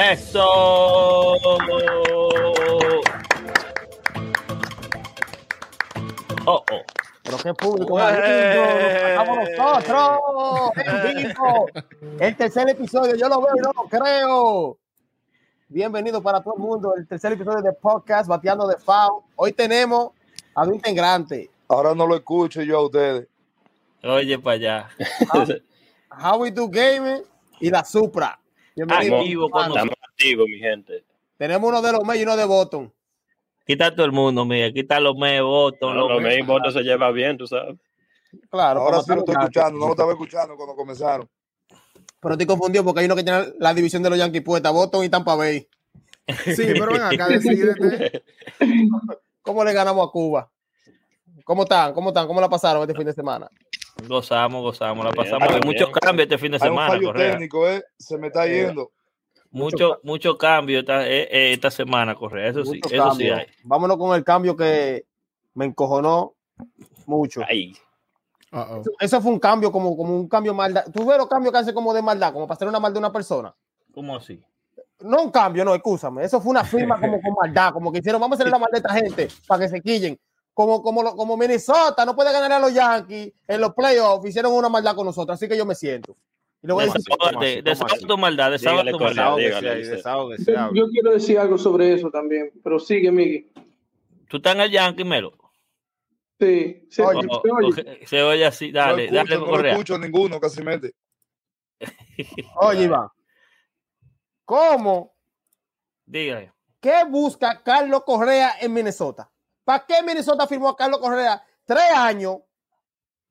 ¡Eso! Oh, oh. Pero qué público, ¡Ué! más lindo, lo sacamos nosotros, en vivo. El tercer episodio, yo lo veo y no lo creo. Bienvenido para todo el mundo, el tercer episodio de podcast Bateando de FAO. Hoy tenemos a un integrante. Ahora no lo escucho yo a ustedes. Oye, para allá. How We Do Gaming y la Supra. Bienvenido. Activo con Estamos nosotros. activos, mi gente. Tenemos uno de los medios y uno de Bottom. Aquí está todo el mundo, mira. Aquí está Lomé, Boto, Lo Lomé. mismo no se lleva bien, tú sabes. Claro, Ahora como sí lo estoy tal, escuchando, no lo estaba escuchando cuando comenzaron. Pero estoy confundido porque hay uno que tiene la división de los Yankees puesta, Boston y Tampa Bay. Sí, pero ven acá, decidete. ¿Cómo le ganamos a Cuba? ¿Cómo están? ¿Cómo están? ¿Cómo la pasaron este fin de semana? Gozamos, gozamos, la Bien, pasamos. bien. Hay muchos cambios este fin de Hay un semana, fallo Correa. técnico, ¿eh? Se me está yendo. Mucho, mucho cambio esta, eh, eh, esta semana, Correa. Eso sí, Mucho eso sí cambio. hay. Vámonos con el cambio que me encojonó mucho. Ay, Uh-oh. Eso fue un cambio, como, como un cambio maldad. Tú ves los cambios que hace como de maldad, como para hacer una maldad a una persona. ¿Cómo así? No un cambio, no, escúchame. Eso fue una firma como con maldad, como que hicieron, vamos a hacerle la maldad a esta gente para que se quillen. Como, como, lo- como Minnesota no puede ganar a los Yankees en los playoffs, hicieron una maldad con nosotros, así que yo me siento. Y le voy a decir, Desahógate, Desahoga tu maldad, desahoga Dígale, tu Correa, maldad. dígale, dice. Yo, yo quiero decir algo sobre eso también, pero sigue, Miguel. Tú estás en el Yankee, Melo. Sí, se Oye, Oh, se oye. ok, Se oye así, No dale, escucho, dale, no lo Correa. escucho ninguno, casi mente. oye, Iván, ¿cómo? Dígale. ¿Qué busca Carlos Correa en Minnesota? ¿Para qué Minnesota firmó a Carlos Correa tres años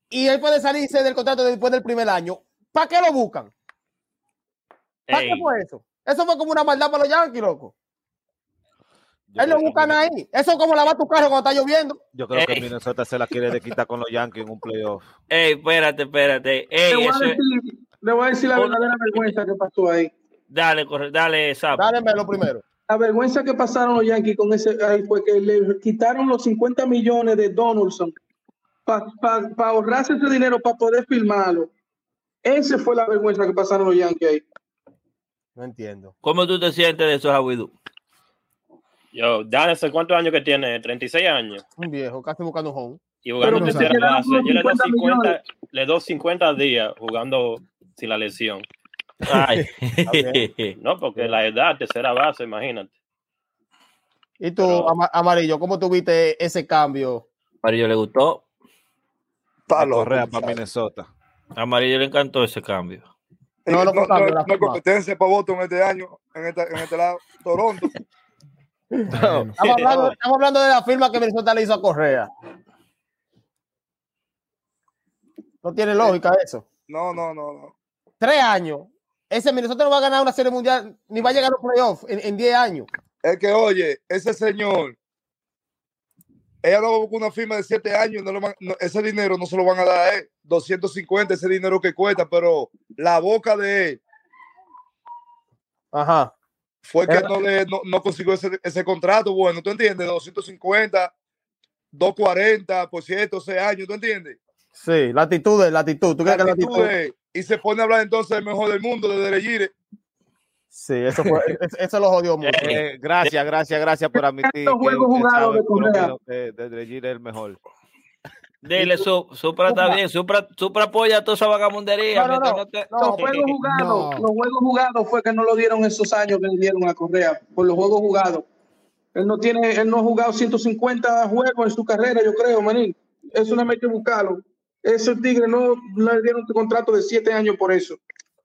y él puede salirse del contrato después del primer año? ¿Para qué lo buscan? ¿Para qué Ey, fue eso? Eso fue como una maldad para los Yankees, loco. Él lo buscan ahí. Eso es como lavar tu carro cuando está lloviendo. Yo creo que Ey. Minnesota se la quiere de quitar con los Yankees en un playoff. ey, espérate, espérate. Ey, Le voy, a eso es- decir, le voy a decir la Hola. verdadera vergüenza que pasó ahí. Dale, Correa, dale, Sapo. Dálenme lo primero. La vergüenza que pasaron los Yankees con ese ahí fue que le quitaron los 50 millones de Donaldson para ahorrarse ese dinero para poder filmarlo. Esa fue la vergüenza que pasaron los Yankees ahí. No entiendo. ¿Cómo tú te sientes de esos Javidú? Yo, Dale, ¿hace cuántos años que tiene? 36 años. Un viejo, casi buscando un home. Y jugando Pero en no tercera sabe. base. Yo le doy 50 50, le doy 50 días jugando sin la lesión. Ay. No, porque la edad, tercera base, imagínate. Y tú, Pero- ama- Amarillo, ¿cómo tuviste ese cambio? Amarillo le gustó. Está A loco. Correa ¿sabes? para Minnesota. A Amarillo le encantó ese cambio. Eh, No, No, no, no, no, cambio, la no hay firma. competencia para Boston este año, en, esta- en este lado. Toronto. Bueno. Estamos hablando, estamos hablando de la firma que Minnesota le hizo a Correa. No tiene lógica eso. No, no, no, no. Tres años. Ese Minnesota no va a ganar una serie mundial, ni va a llegar a los playoffs en, en diez años. Es que, oye, ese señor, ella no va a buscar una firma de siete años, no le van- no, ese dinero no se lo van a dar a él. 250, ese dinero que cuesta, pero la boca de él Ajá. fue que Era- no, le, no, no consiguió ese, ese contrato. Bueno, ¿tú entiendes? 250, 240 por 12 años, ¿tú entiendes? Sí, la actitud es la actitud. ¿Tú crees que la Actitudes. actitud es? Y se pone a hablar entonces del mejor del mundo, de Derejire. Sí, eso, fue, es- eso lo jodió mucho. Eh, gracias, gracias, gracias por admitir. Estos juegos usted jugados sabe de Correa. lo que- de Dregir es el mejor. Dile, Su- Supra está bien. Supra, Supra apoya toda esa vagabundería. No, no, mientras te- No, Los juegos jugados, No. los juegos jugados fue que no lo dieron esos años que le dieron a Correa, por los juegos jugados. Él no tiene, él no ha jugado 150 juegos en su carrera, yo creo, manín. Eso no hay que buscarlo. Esos Tigres no, no le dieron contrato de 7 años por eso.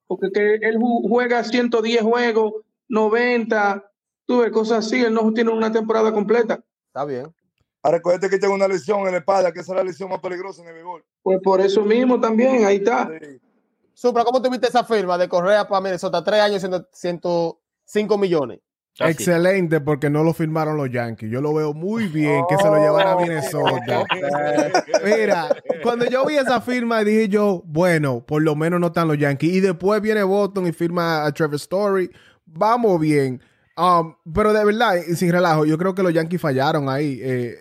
Porque que él ju- juega 110 juegos, 90, tuve cosas así, él no tiene una temporada completa. Está bien. Ahora, recuerda que tengo una lesión en la espalda, que esa es la lesión más peligrosa en el béisbol. Pues por eso mismo también, ahí está. Ah. Sí. Supra, ¿cómo tuviste esa firma de Correa para Minnesota? Tres años, ciento- 105 millones. Ah, Así. Excelente, porque no lo firmaron los Yankees. Yo lo veo muy bien que se lo llevan a Minnesota. Mira, cuando yo vi esa firma dije yo, bueno, por lo menos no están los Yankees. Y después viene Boston y firma a Trevor Story. Vamos bien. Um, pero de verdad, y sin relajo, yo creo que los Yankees fallaron ahí. Eh,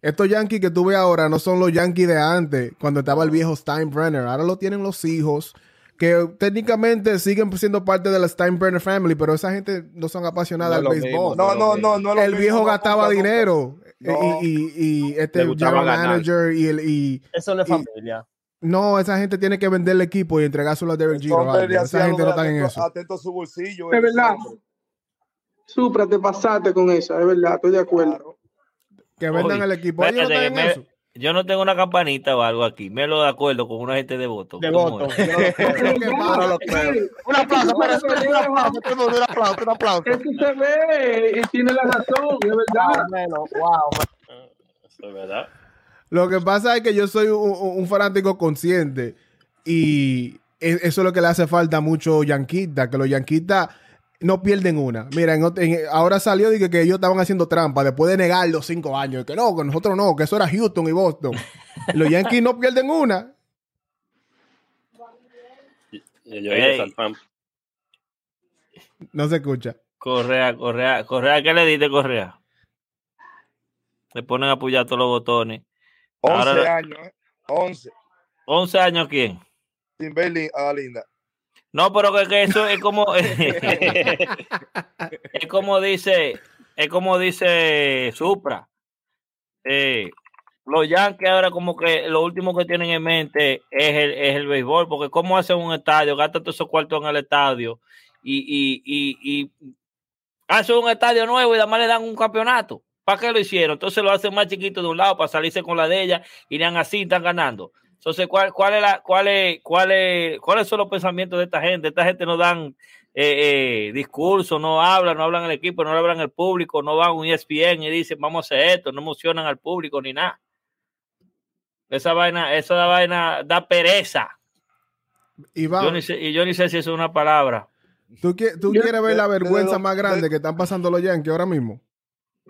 estos Yankees que tuve ahora no son los Yankees de antes, cuando estaba el viejo Steinbrenner. Ahora lo tienen los hijos. que técnicamente siguen siendo parte de la Steinbrenner family, pero esa gente no son apasionadas No al es lo béisbol. mismo, No, no, no, no. es lo el mismo, viejo no, gastaba nunca, nunca. dinero. No. Y, y- y este Le gustaba general ganar. manager y, el, y Eso no es familia. no, esa gente tiene que vender el equipo y entregárselo a Derek Jeter. Entonces, vale. le hacía Esa gente lo no de está en atento- eso. Atento a su bolsillo. Es ese verdad. hombre. Supra, te pasaste con esa, es verdad, estoy de acuerdo. Claro. Que vendan Oye, el equipo. Ellos no espérate están que en me- eso. Yo no tengo una campanita o algo aquí. Me lo de acuerdo con una gente de voto. De ¿Cómo voto. es? Pero qué No malo. lo creo. Un aplauso, espérate, espérate, un aplauso, todo el mundo, un aplauso, un aplauso. Es que se ve y tiene la razón, es Wow, verdad. bueno, wow. Eso es verdad. Lo que pasa es que yo soy un, un- un fanático consciente y e- eso es lo que le hace falta mucho a los yanquistas, que los yanquistas no pierden una. Mira, en ot- en- ahora salió dije que ellos estaban haciendo trampa después de negar los cinco años. Que no, que nosotros no, que eso era Houston y Boston. los yanquis no pierden una. Yo, yo hice Ey. esa trampa. No se escucha. Correa, Correa, Correa, ¿qué le diste, Correa? Le ponen a apoyar todos los botones. 11 Ahora- años, ¿eh? 11. 11 años, ¿quién? Timberlin a Linda. No, pero que, que eso es como. es como dice. Es como dice Supra. Eh, los Yankees ahora, como que lo último que tienen en mente es el, es el béisbol, porque ¿cómo hacen un estadio? Gastan todos esos cuartos en el estadio y, y, y, y hacen un estadio nuevo y además le dan un campeonato. ¿Para qué lo hicieron? Entonces lo hacen más chiquito de un lado para salirse con la de ella y dan así, están ganando. Entonces, ¿cuál, cuál es la, cuál es, cuál es- ¿cuáles son los pensamientos de esta gente? Esta gente no dan eh, eh, discurso, no hablan, no hablan al equipo, no hablan al público, no van a un E ESPN y dicen vamos a hacer esto, no emocionan al público ni nada. Esa vaina, esa vaina da pereza. Yo Iván, ni sé- y yo ni sé si eso es una palabra. ¿tú, qui- tú Yo- quieres ver la de- de- vergüenza de- más grande que están pasando los yanquis ahora mismo?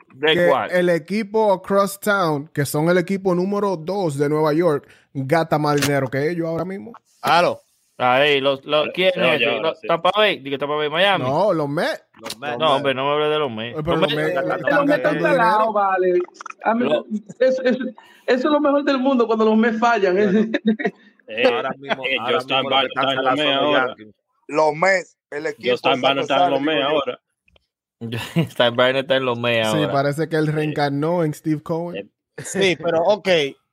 ¿De que eh cuál? el equipo Across Town, que son el equipo número 2 de Nueva York, gasta más dinero que ellos ahora mismo. Claro. Ahí, los, los, ¿quién No, es? ya ese? ahora Los- sí. Tampa Bay, digo Tampa Bay, Miami. No, No, los Mets. Los Mets. hombre, no me hables de los Mets. Eh, pero Los los Mets- Mets Los Pero están me Mets están gastando talados, dinero. vale. A mí- No. eso, eso- eso es lo mejor del mundo cuando los mes fallan. Ey, Ahora mismo, eh, ahora Justin mismo lo que Barnes está están en salando Lomé los ahora. Yankees. Los Mets, el equipo. yo está en vano, está en los sacrosanto, Mets ahora. Stan Bryant está en los Mets Sí, ahora. parece que él reencarnó en Steve Cohen. Sí, pero ok.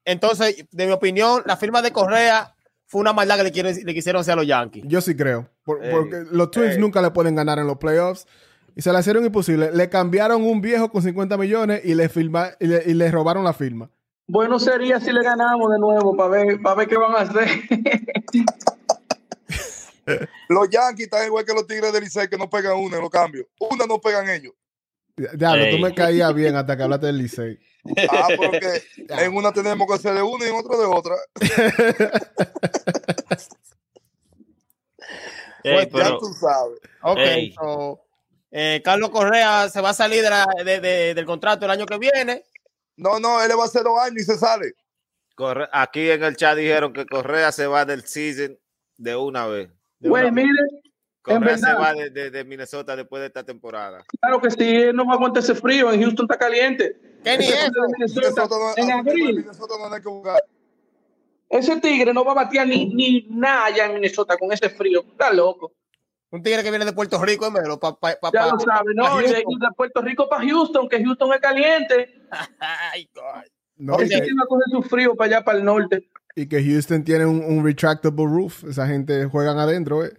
Entonces, de mi opinión, la firma de Correa fue una maldad que le, quieren- le quisieron hacer a los Yankees. Yo sí creo. por- Ey, porque los Twins ey. nunca le pueden ganar en los playoffs. Y se la hicieron imposible. Le cambiaron un viejo con 50 millones y le, firma, y le, y le robaron la firma. Bueno sería si le ganamos de nuevo para ver, para ver qué van a hacer. Los Yankees están igual que los Tigres del Licey que no pegan una en los cambios. Una no pegan ellos. Diablo, tú Ey. me caías bien hasta que hablaste del Licey. Ah, porque en una tenemos que hacer de una y en otra de otra. Ey, Pues, pero- ya tú sabes. Ok. Ey. so, eh, Carlos Correa se va a salir de la- de- de- del contrato el año que viene. No, no, él le va a hacer dos años y se sale. Corre- aquí en el chat dijeron que Correa se va del season de una vez. De Güey, una vez. mire, Correa se verdad. va de, de- de Minnesota después de esta temporada. claro que sí, él no va a aguantar ese frío. En Houston está caliente. ¿Qué ni Ese eso? frío de Minnesota, Minnesota no, en ah, abril, Minnesota no hay que jugar. ese tigre no va a batear ni, ni nada allá en Minnesota con ese frío. Está loco. Un tigre que viene de Puerto Rico, dímelo, pa- pa- pa- Ya pa- lo sabe, ¿no? pa- Y de, y de Puerto Rico para Houston, que Houston es caliente. Ay, God. No, Él y, sí que, que va a coger su frío para allá, para el norte. y que Houston tiene un, un retractable roof. Esa gente juegan adentro, eh.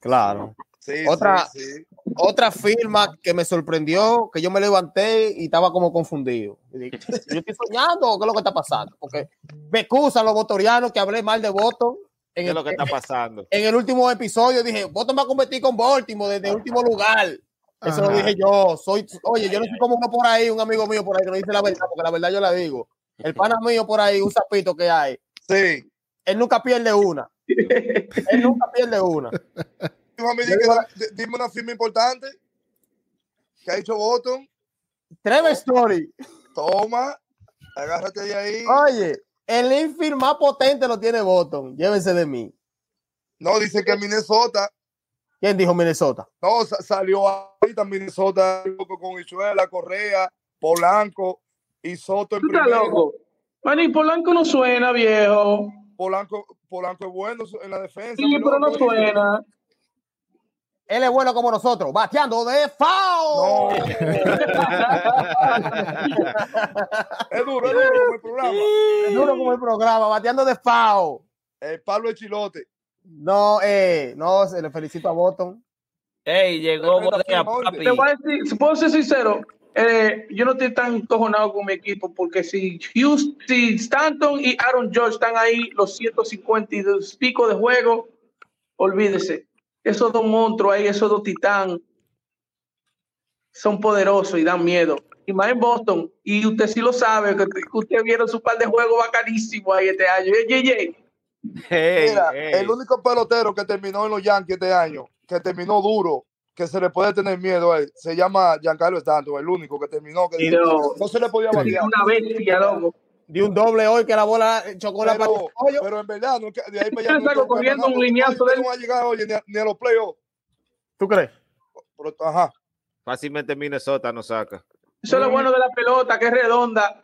Claro. Sí, Otra- sí, sí. Otra firma que me sorprendió, que yo me levanté y estaba como confundido. Y dije, Yo estoy soñando, o ¿qué es lo que está pasando? Porque me excusan los votorianos que hablé mal de voto. ¿Qué En es lo el, que está pasando? en el último episodio dije, voto me va a competir con Baltimore Ah. desde el último lugar. Eso lo Ajá. dije yo. Soy, oye, yo no soy como uno por ahí, un amigo mío por ahí que no dice la verdad, porque la verdad yo la digo. El pana mío por ahí, un sapito que hay, Sí. él nunca pierde una. Él nunca pierde una. Dime, a mí, di que la- di- dime una firma importante que ha hecho Boston. Trevor Story, Toma, agárrate de ahí. oye, el infield más potente lo tiene Boston. Llévense de mí. No, dicen que Minnesota. ¿Quién dijo Minnesota? No, sa- salió ahorita Minnesota con Ichuela, Correa, Polanco y Soto en Tú estás primero. loco. Manny Polanco no suena, viejo. Polanco, Polanco es bueno en la defensa. Sí, pero no suena. Él es bueno como nosotros, bateando de FAO. No. es duro, es duro como el programa. Duro como el programa, bateando de FAO. El Pablo Chilote. No, eh, no, se le felicito a Botton. Ey, llegó Pero Bodea, está papi. Te voy a decir, si puedo ser sincero, eh, yo no estoy tan cojonado con mi equipo porque si Houston, si Stanton y Aaron George están ahí los 150 y dos pico de juego, olvídese. Esos dos monstruos ahí, esos dos titán son poderosos y dan miedo. Y más en Boston, y usted sí lo sabe, que que usted vieron su par de juegos bacanísimos ahí este año. Ey, ey, ey. Hey, Mira, hey. el único pelotero que terminó en los Yankees este año, que terminó duro, que se le puede tener miedo a él, se llama Giancarlo Stanton, el único que terminó, que Y no, no se le podía es batear. una bestia, loco. Di un doble hoy que la bola chocó la pared. Pero, pero en verdad, nunca- de ahí para allá Yo nunca salgo nunca corriendo ganamos. un lineazo Oye, de él. no va a llegar oye, ni, a, ni a los playoffs. ¿Tú crees? Pero, ajá. Fácilmente Minnesota nos saca. Eso es lo bueno de la pelota, que es redonda.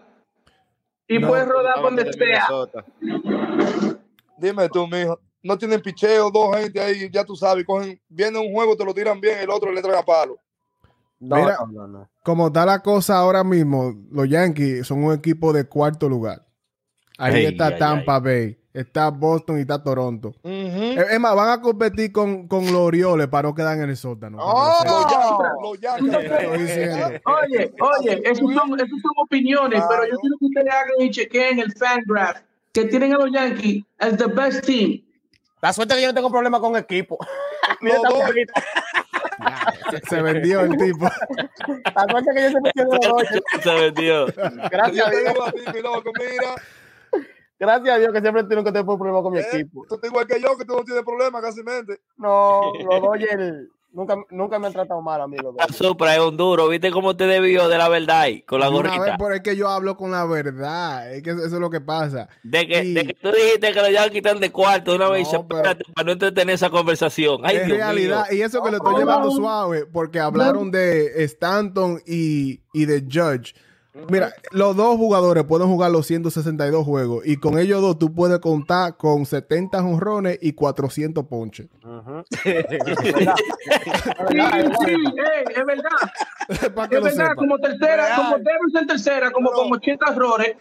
Y No, puedes rodar Estamos donde de sea. Minnesota. Dime tú, mijo. No tienen picheo, dos gente ahí, ya tú sabes. Cogen, viene un juego, te lo tiran bien, el otro le traen a palo. No, Mira. no, no, no. Como está la cosa ahora mismo, los Yankees son un equipo de cuarto lugar. Ahí Ey, está ay, Tampa Bay, está Boston y está Toronto. Ujú. Es es más, van a competir con, con los Orioles para no quedar en el sótano. ¡Oh! Los Para que Yankees, Ah, los Yankees. no se- Estoy diciendo. Oye, oye, esas son, esas son opiniones, Claro. pero yo quiero que ustedes hagan y chequen el fan graph que tienen a los Yankees as the best team. La suerte es que yo no tengo problema con equipo. Los dos. Se- Se vendió el tipo. La suerte es que yo siempre tengo de ocho. Se vendió. Gracias Yo a te Dios. digo a ti, mi loco, mira. Gracias a Dios que siempre tengo que tener problema con mi eh, equipo. tú estás igual que yo, que tú no tienes problema, casi mente. No, los Dodgers nunca, nunca me han tratado mal a mí los La Dodgers. Supra es un duro. ¿Viste cómo te debió de la verdad ahí? Con la De una vez, pues, gorrita. pero es que yo hablo con la verdad. Es que eso eso es lo que pasa. De que, Y- de que tú dijiste que lo ya quitan de cuarto de una vez y se No, pero- espérate para no entretener esa conversación. Ay, es Dios realidad. mío. Y eso que lo estoy no, llevando no. suave, porque hablaron de Stanton y, y de Judge. Mira, los dos jugadores pueden jugar los 162 juegos y con ellos dos tú puedes contar con 70 honrones y 400 ponches. Sí, sí, ey, es verdad. Para que Es lo verdad, sepan. como tercera, Real. como Devers en tercera, como No. con 80 errores.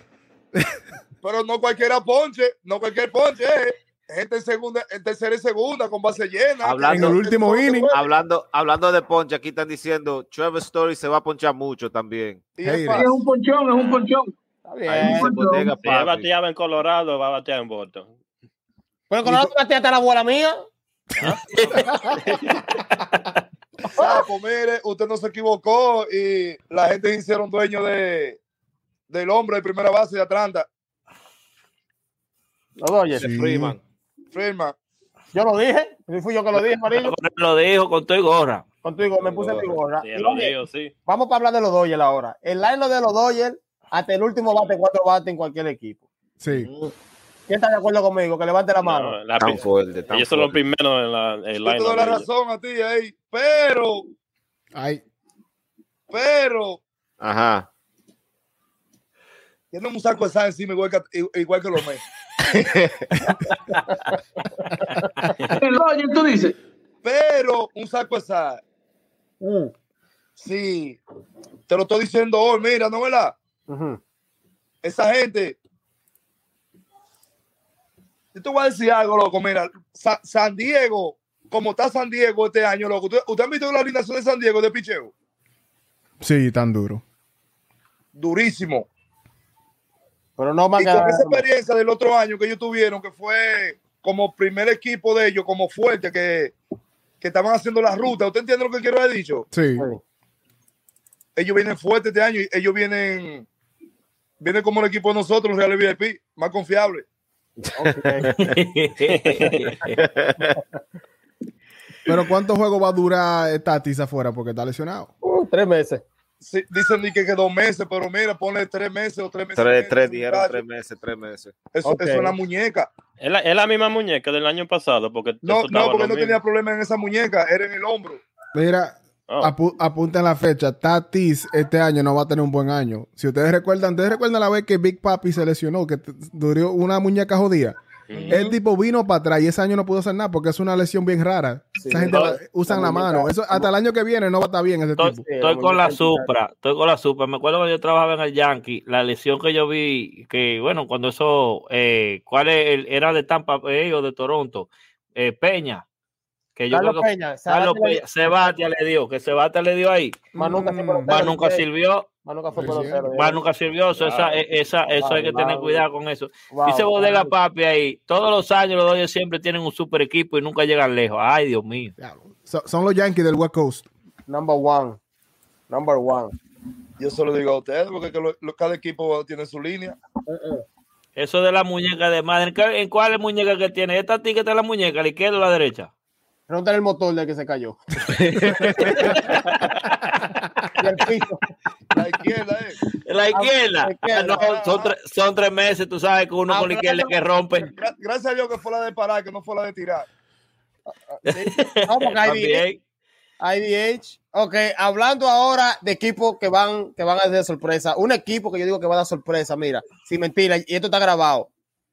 Pero no cualquiera ponche, no cualquier ponche. eh. Gente en segunda, en tercera y segunda, con base llena. pues, Hablando- En el último inning. Hablando, hablando de ponche, aquí están diciendo Trevor Story se va a ponchar mucho también. Y es Hey, Es un fácil. ponchón, es un ponchón. Está Ahí bien. dice Bodega Si él Papi. bateaba en Colorado, va a batear en Boston. Pero con la otra hasta la bola mía. Sapo, Ah, pues mire, usted no se equivocó y la gente se hicieron dueño de, del hombre de primera base de Atlanta, Los Dodgers. Sí. Freeman. Freeman. Yo lo dije. Fui yo que lo dije, Marillo. Lo dijo con todo y gorra. Contigo, me puse mi gorra. Sí, Ah, Y lo oye, digo, sí. Vamos para hablar de los Dodgers ahora. El line de los Dodgers, hasta el último bate, cuatro bate en cualquier equipo. Sí. ¿Quién está de acuerdo conmigo? Que levante la mano. No, la Tan pi- fuerte, tan ellos son los fuerte. primeros en la en Yo line te doy la de ellos. razón a ti, ey, pero, Ay, pero, Ajá. tiene un saco de sal encima igual que, igual que los meses. El Dodgers, tú dices. Pero, un saco de sal. Mm, Sí, te lo estoy diciendo hoy, mira, ¿no verdad? ujú. Esa gente. Yo te voy a decir algo, loco, mira, Sa- San Diego, como está San Diego este año, loco, ¿usted, usted han visto la alineación de San Diego de picheo? sí, tan duro. Durísimo. Pero no más Y que con esa experiencia del otro año que ellos tuvieron, que fue como primer equipo de ellos, como fuerte, que, que estaban haciendo la ruta, ¿usted entiende lo que quiero haber dicho? Sí. Oh. Ellos vienen fuertes este año, y ellos vienen, vienen como el equipo de nosotros, Real VIP, más confiable. Pero ¿cuántos juegos va a durar eh, Tatis afuera? Porque está lesionado. Uh, tres meses. Sí, dicen ni que, que dos meses, pero mira, ponle tres meses o tres meses. Tres, menos, tres, dijeron muchacho. tres meses, tres meses. Eso, Ok. eso es la muñeca. Es la, es la misma muñeca del año pasado, porque No, eso no estaba porque lo no mismo. tenía problema en esa muñeca, era en el hombro. Mira, Oh. apu- apunta en la fecha. Tatis este año no va a tener un buen año. Si ustedes recuerdan, ustedes recuerdan la vez que Big Papi se lesionó, que t- duró una muñeca jodida. El tipo vino para atrás y ese año no pudo hacer nada porque es una lesión bien rara. Esa gente Entonces, va- usan la mano. Eso, hasta el año que viene no va a estar bien ese Estoy, tipo. estoy con la Supra, estoy con la Supra. Me acuerdo cuando yo trabajaba en el Yankee, la lesión que yo vi, que bueno, cuando eso, eh, ¿cuál es el- era de Tampa Bay o de Toronto? Eh, Peña, que yo Carlos creo que Peña, Carlos Sabatia le- Peña, Sebastián le dio, que Sebastián le dio ahí. Más nunca se Mm, pelotero, Más nunca dice, sirvió, más nunca fue Sí, sí. pelotero, dice. más nunca sirvió. Eso, esa, Claro. e- esa- eso hay que Claro, tener claro. cuidado con eso. Wow. Dice Bodega Papi ahí, todos los años los Dodgers siempre tienen un super equipo y nunca llegan lejos. Ay, Dios mío. Diablo. So- son los Yankees del West Coast. Number one. Number one. Yo se lo digo a ustedes, porque que lo- lo- cada equipo tiene su línea. Eso de la muñeca de madre. ¿En, qué- en cuál es muñeca que tiene? ¿Esta etiqueta es la muñeca, la izquierda o la derecha? Pregúntale el motor del que se cayó. y el piso. La izquierda, eh. La izquierda. Ah, la izquierda. Ah, Ah, no, son, tres, son tres meses, tú sabes, que uno con la izquierda que rompe. Gra- Gracias a Dios que fue la de parar, que no fue la de tirar. No, porque hay DH. También. hay DH. Ok, hablando ahora de equipos que van, que van a hacer sorpresa. Un equipo que yo digo que va a dar sorpresa, mira, sin mentira, y esto está grabado.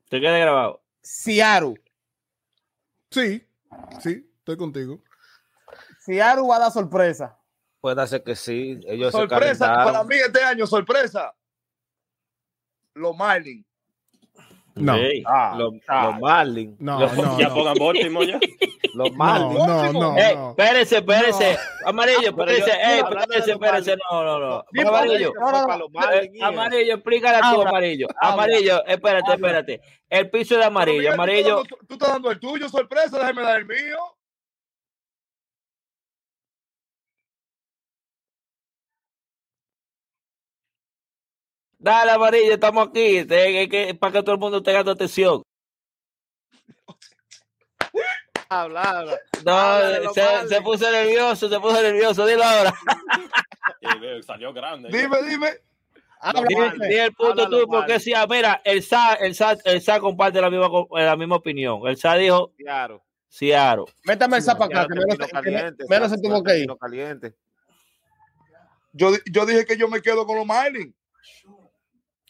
Te queda grabado. Ciaru. Sí, sí, estoy contigo. Ciaru va a dar sorpresa. Puede ser que sí. Ellos se Sorpresa, calentaron. para mí este año, sorpresa. Los Marlins. No. Sí. Ah, Los, los Marlins. No, Los- no, ya no. pongan Baltimore ya. Los No, Marlins. no, no, Ey, no. espérese, espérese. Amarillo, pero yo- espérese. Ey, hablando de espérese, los espérese. No, no, no. Los Marlins Amarillo. se fue para los Marlins, eh, Amarillo, explícala tú, Habla, amarillo. Amarillo, espérate, espérate. El piso de amarillo, Pero, Miguel, amarillo. Tú, estás dando- tú estás dando el tuyo, sorpresa, déjame dar el mío. Dale, amarillo, estamos aquí. Te- es que- para que todo el mundo tenga tu atención. Habla, habla. No, Habla de los se, Marlins. se puso nervioso, se puso nervioso. Dilo ahora. Y veo, salió grande. Dime, dime. Habla, Di Pepe. di el punto Habla tú, los porque Marlins. si, ah, mira, el SA, el SA, el SA comparte la misma, co- eh, la misma opinión. El SA dijo, Claro. Ciaro. Métame el zapa acá, Claro, que menos, terminó que caliente, menos se claro, tuvo que ir. terminó caliente. Yo, di- yo dije que yo me quedo con los Marlins.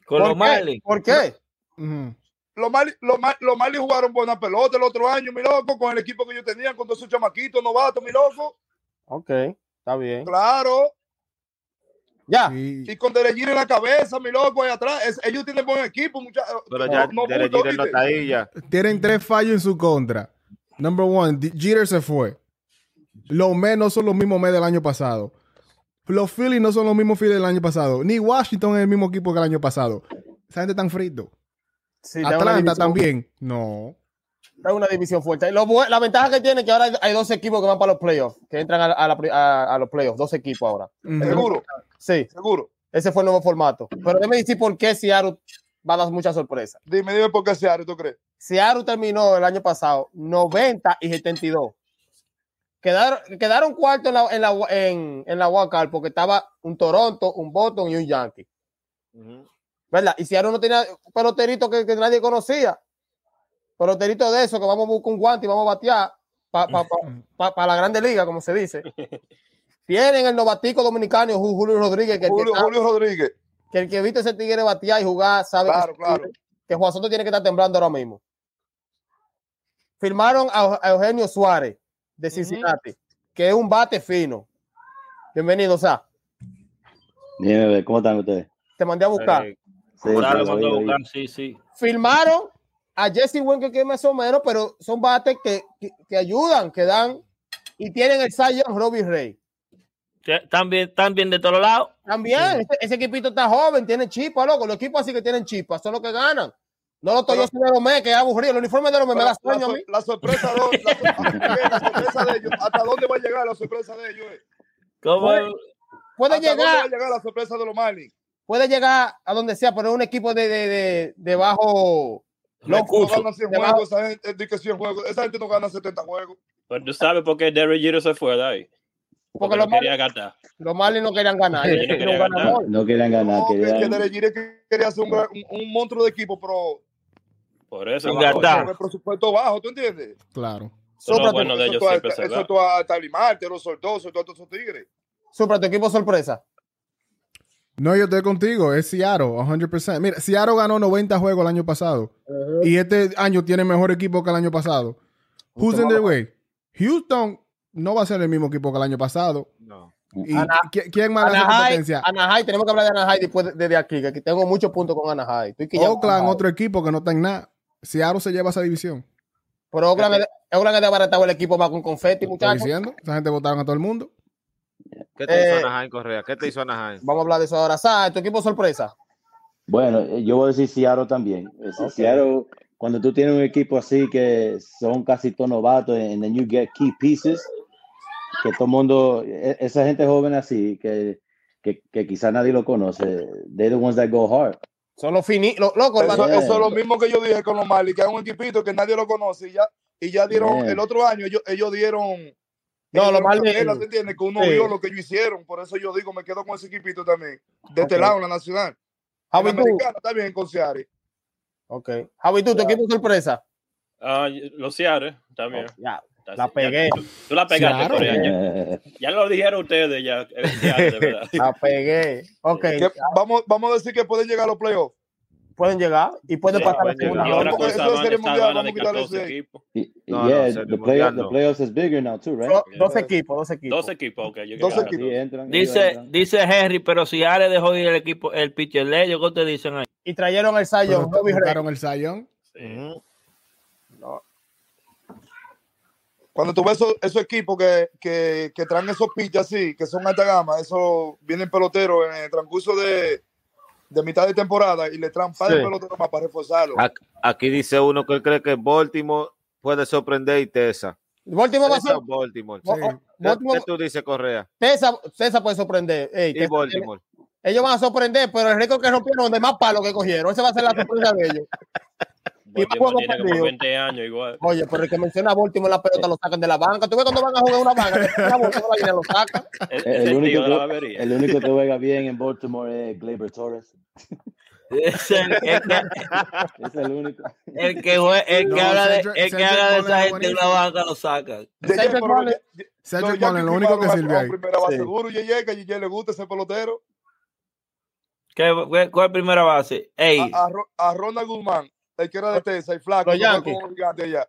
Con ¿Por los qué? Marlins. ¿Por qué? Ujú. Los Marlins, los, Mar- los Marlins jugaron buena pelota el otro año, mi loco, con el equipo que yo tenía, con todos esos chamaquitos, novatos, mi loco. Ok, está bien. Claro. Ya. Ah. Sí. Y con Derejir en la cabeza, mi loco, ahí atrás. Es- ellos tienen buen equipo, muchachos. Pero ya No, no Derek punto, Jeter ¿viste? no está ahí ya. Tienen tres fallos en su contra. Number one, D- Jeter se fue. Los Mets no son los mismos Mets del año pasado. Los Phillies no son los mismos Phillies del año pasado. Ni Washington es el mismo equipo que el año pasado. Esa gente tan frito. Sí, está en una Atlanta división- también. No. está en una división fuerte. Y lo bu- la ventaja que tiene es que ahora hay, hay dos equipos que van para los playoffs, que entran a, a la pri- a- a los playoffs, dos equipos ahora. Ujú. Seguro, Sí, seguro. ese fue el nuevo formato. Pero déjame decir por qué Seattle va a dar mucha sorpresa. Dime, dime por qué se hará, ¿tú crees? Seattle terminó el año pasado 90 y 72. Quedaron, quedaron cuarto en la, en la, en, en la wild card porque estaba un Toronto, un Boston y un Yankee. Ujú. ¿Verdad? Y Seattle no tenía peloterito que, que nadie conocía. Peloterito de eso, que vamos a buscar un guante y vamos a batear para la grande liga, como se dice. Tienen el novatico dominicano Ju- Julio Rodríguez, que el que, Julio, sabe- Julio Rodríguez. que el que viste ese tigre batear y jugar sabe que Claro, ese claro. que Juan Soto tiene que estar temblando ahora mismo. Firmaron a a Eugenio Suárez de Cincinnati, que es un bate fino. Bienvenido, Sa. Dime, bebé, ¿cómo están ustedes? Te mandé a buscar. Eh, Sí, Claro, sí, cuando oí, oí. buscan, sí, sí. Firmaron a Jesse Winker, que es más o menos, pero son bates que, que, que ayudan, que dan. Y tienen el Sayon Robbie Rey. También, también de todos lados. También, ese, ese equipito está joven, tiene chispa, loco. Los equipos así que tienen chispa, son los que ganan. No los Toyos de los mes, que es aburrido. El uniforme de los mes me Pero da la, sueño a mí. sor- la sorpresa, no, la, sor- la sorpresa de ellos. ¿Hasta dónde va a llegar la sorpresa de ellos? eh? ¿Cómo? Bueno. Puede ¿Hasta dónde va a llegar, llegar la sorpresa de los Marlins? puede llegar a donde sea, pero es un equipo de, de, de, de bajo. No Recursos. ganan 100 Te va- juegos, esa gente, eh, di que 100 juegos. Esa gente no gana 70 juegos. Pero Pues tú sabes por qué Derek Jeter se fue de ahí. Porque Porque los no Marlins, quería gastar. los Marlins no querían ganar. ellos Ellos no querían querían ganar. ganar. No querían ganar, No, que, querían- que Derek Jeter que- quería hacer un, gran- un- un monstruo de equipo, pero Por eso. Sin no, gastar. eso Claro. con el presupuesto bajo, ¿tú entiendes? Claro. es lo Sóprate, bueno de eso ellos tú a- siempre se eso da. tú a Talimarte, los soldados, soldados, esos tigres. Supra, tu equipo sorpresa. No, yo estoy contigo. Es Seattle, 100%. Mira, Seattle ganó 90 juegos el año pasado. Y este año tiene mejor equipo que el año pasado. Who's in the way? Houston no va a ser el mismo equipo que el año pasado. No. ¿Y Ana- qui- quién más la Anaheim, competencia? Anaheim, tenemos que hablar de Anaheim después de- desde aquí, que aquí tengo muchos puntos con Anaheim. Estoy que ya- Oakland, otro equipo que no está en nada. Seattle se lleva esa división. Pero Oakland, es- Oakland ha desbaratado el equipo más con confeti, Estoy muchachos. diciendo. Esa gente votaron a todo el mundo. ¿Qué te Eh, hizo Anaheim, Correa? ¿Qué te hizo Anaheim? Vamos a hablar de eso ahora. ¿Sabes? ¿Tu equipo sorpresa? Bueno, eh, yo voy a decir Seattle también. Es decir, Seattle, cuando tú tienes un equipo así que son casi todos novatos, and then you get key pieces, que todo el mundo, e- esa gente joven así, que, que, que quizás nadie lo conoce, they're the ones that go hard. Son los finitos. locos, Eso, Bien. eso es lo mismo que yo dije con los Marley, que es un equipito que nadie lo conoce y ya, y ya dieron, Bien. el otro año ellos, ellos dieron... No, los ellos dieron Marley- candela, ¿te entiendes? Que uno Sí. vio lo que ellos hicieron, por eso yo digo, me quedo con ese equipito también, de este Ok. lado, en la nacional. En la Javi, tú. americana también, con Ciari. Ok. Javi, tú, tu equipo sorpresa. Ah, los Seattle también. Ya, Está- la ya- pegué. Tú, tú la pegaste, Seattle. Correa. Ya, Eh, ya lo dijeron ustedes, ya. eh, Seattle, de verdad. La pegué. Ok. Que Vamos, vamos a decir que pueden llegar a los playoffs. Pueden llegar y pueden Sí, pasar a la pueden Y segunda llegar. otra ronda. porque eso cosa, es van- Serie esta Mundial, banda vamos a de quitarle 14 ese. equipos. y- y No, no, yeah, serio, the, playoff- mundial the no. playoffs is bigger now too, right? Do- Dos equipos, dos equipos. Dos equipos, ok. yo Dos creo que equipos. Sí, entran, ellos Dice, entran. dice Henry, pero si Ale dejó de ir el equipo, el pitcher de ellos, ¿qué te dicen ahí? Y trajeron el Sayon. Pero buscaron el sayón. Cuando tú ves esos, esos equipos que, que, que traen esos pitchers así, que son alta gama, esos vienen peloteros en el transcurso de, de mitad de temporada y le traen par de Sí. peloteros más para reforzarlo. Ah, Ac- Aquí dice uno que él cree que Baltimore puede sorprender y Tesa. Baltimore va a Tesa ser. o Baltimore. Bo- Sí. o- ¿Qué, Baltimore- qué tú dices, Correa? Tessa, Tessa puede sorprender. Ey, Y Tessa Baltimore. tiene- ellos van a sorprender, pero el récord que rompieron de más palos que cogieron. Esa va a ser la sorpresa de ellos. Baltimore juego tiene perdido. como 20 años igual. Oye, pero el que menciona a Baltimore la pelota lo sacan de la banca. ¿Tú ves cuando van a jugar una banca? que la bolsa de la línea lo sacan. Es, El, es el único tío de la que, batería. el único que juega bien en Baltimore es Gleyber Torres. Es el, el que, Es el único. el que jue- el No, que habla de, Cedric- el que Cedric habla de esa Mullins es gente en la buenísimo. banca lo sacan. Yeye, Cedric pero- Mullins- Los Cedric Mullin, lo Yankees único que firmaron sirve a- a ahí. Primera base Sí. duro, Yeye, que a Yeye le gusta ese pelotero. ¿Qué, qué- ¿Cuál es primera base? Ey, A, a Ro- a Ronald Guzmán, el que era de Tesa y Flaco. Los que fue Yankees. como un gigante allá.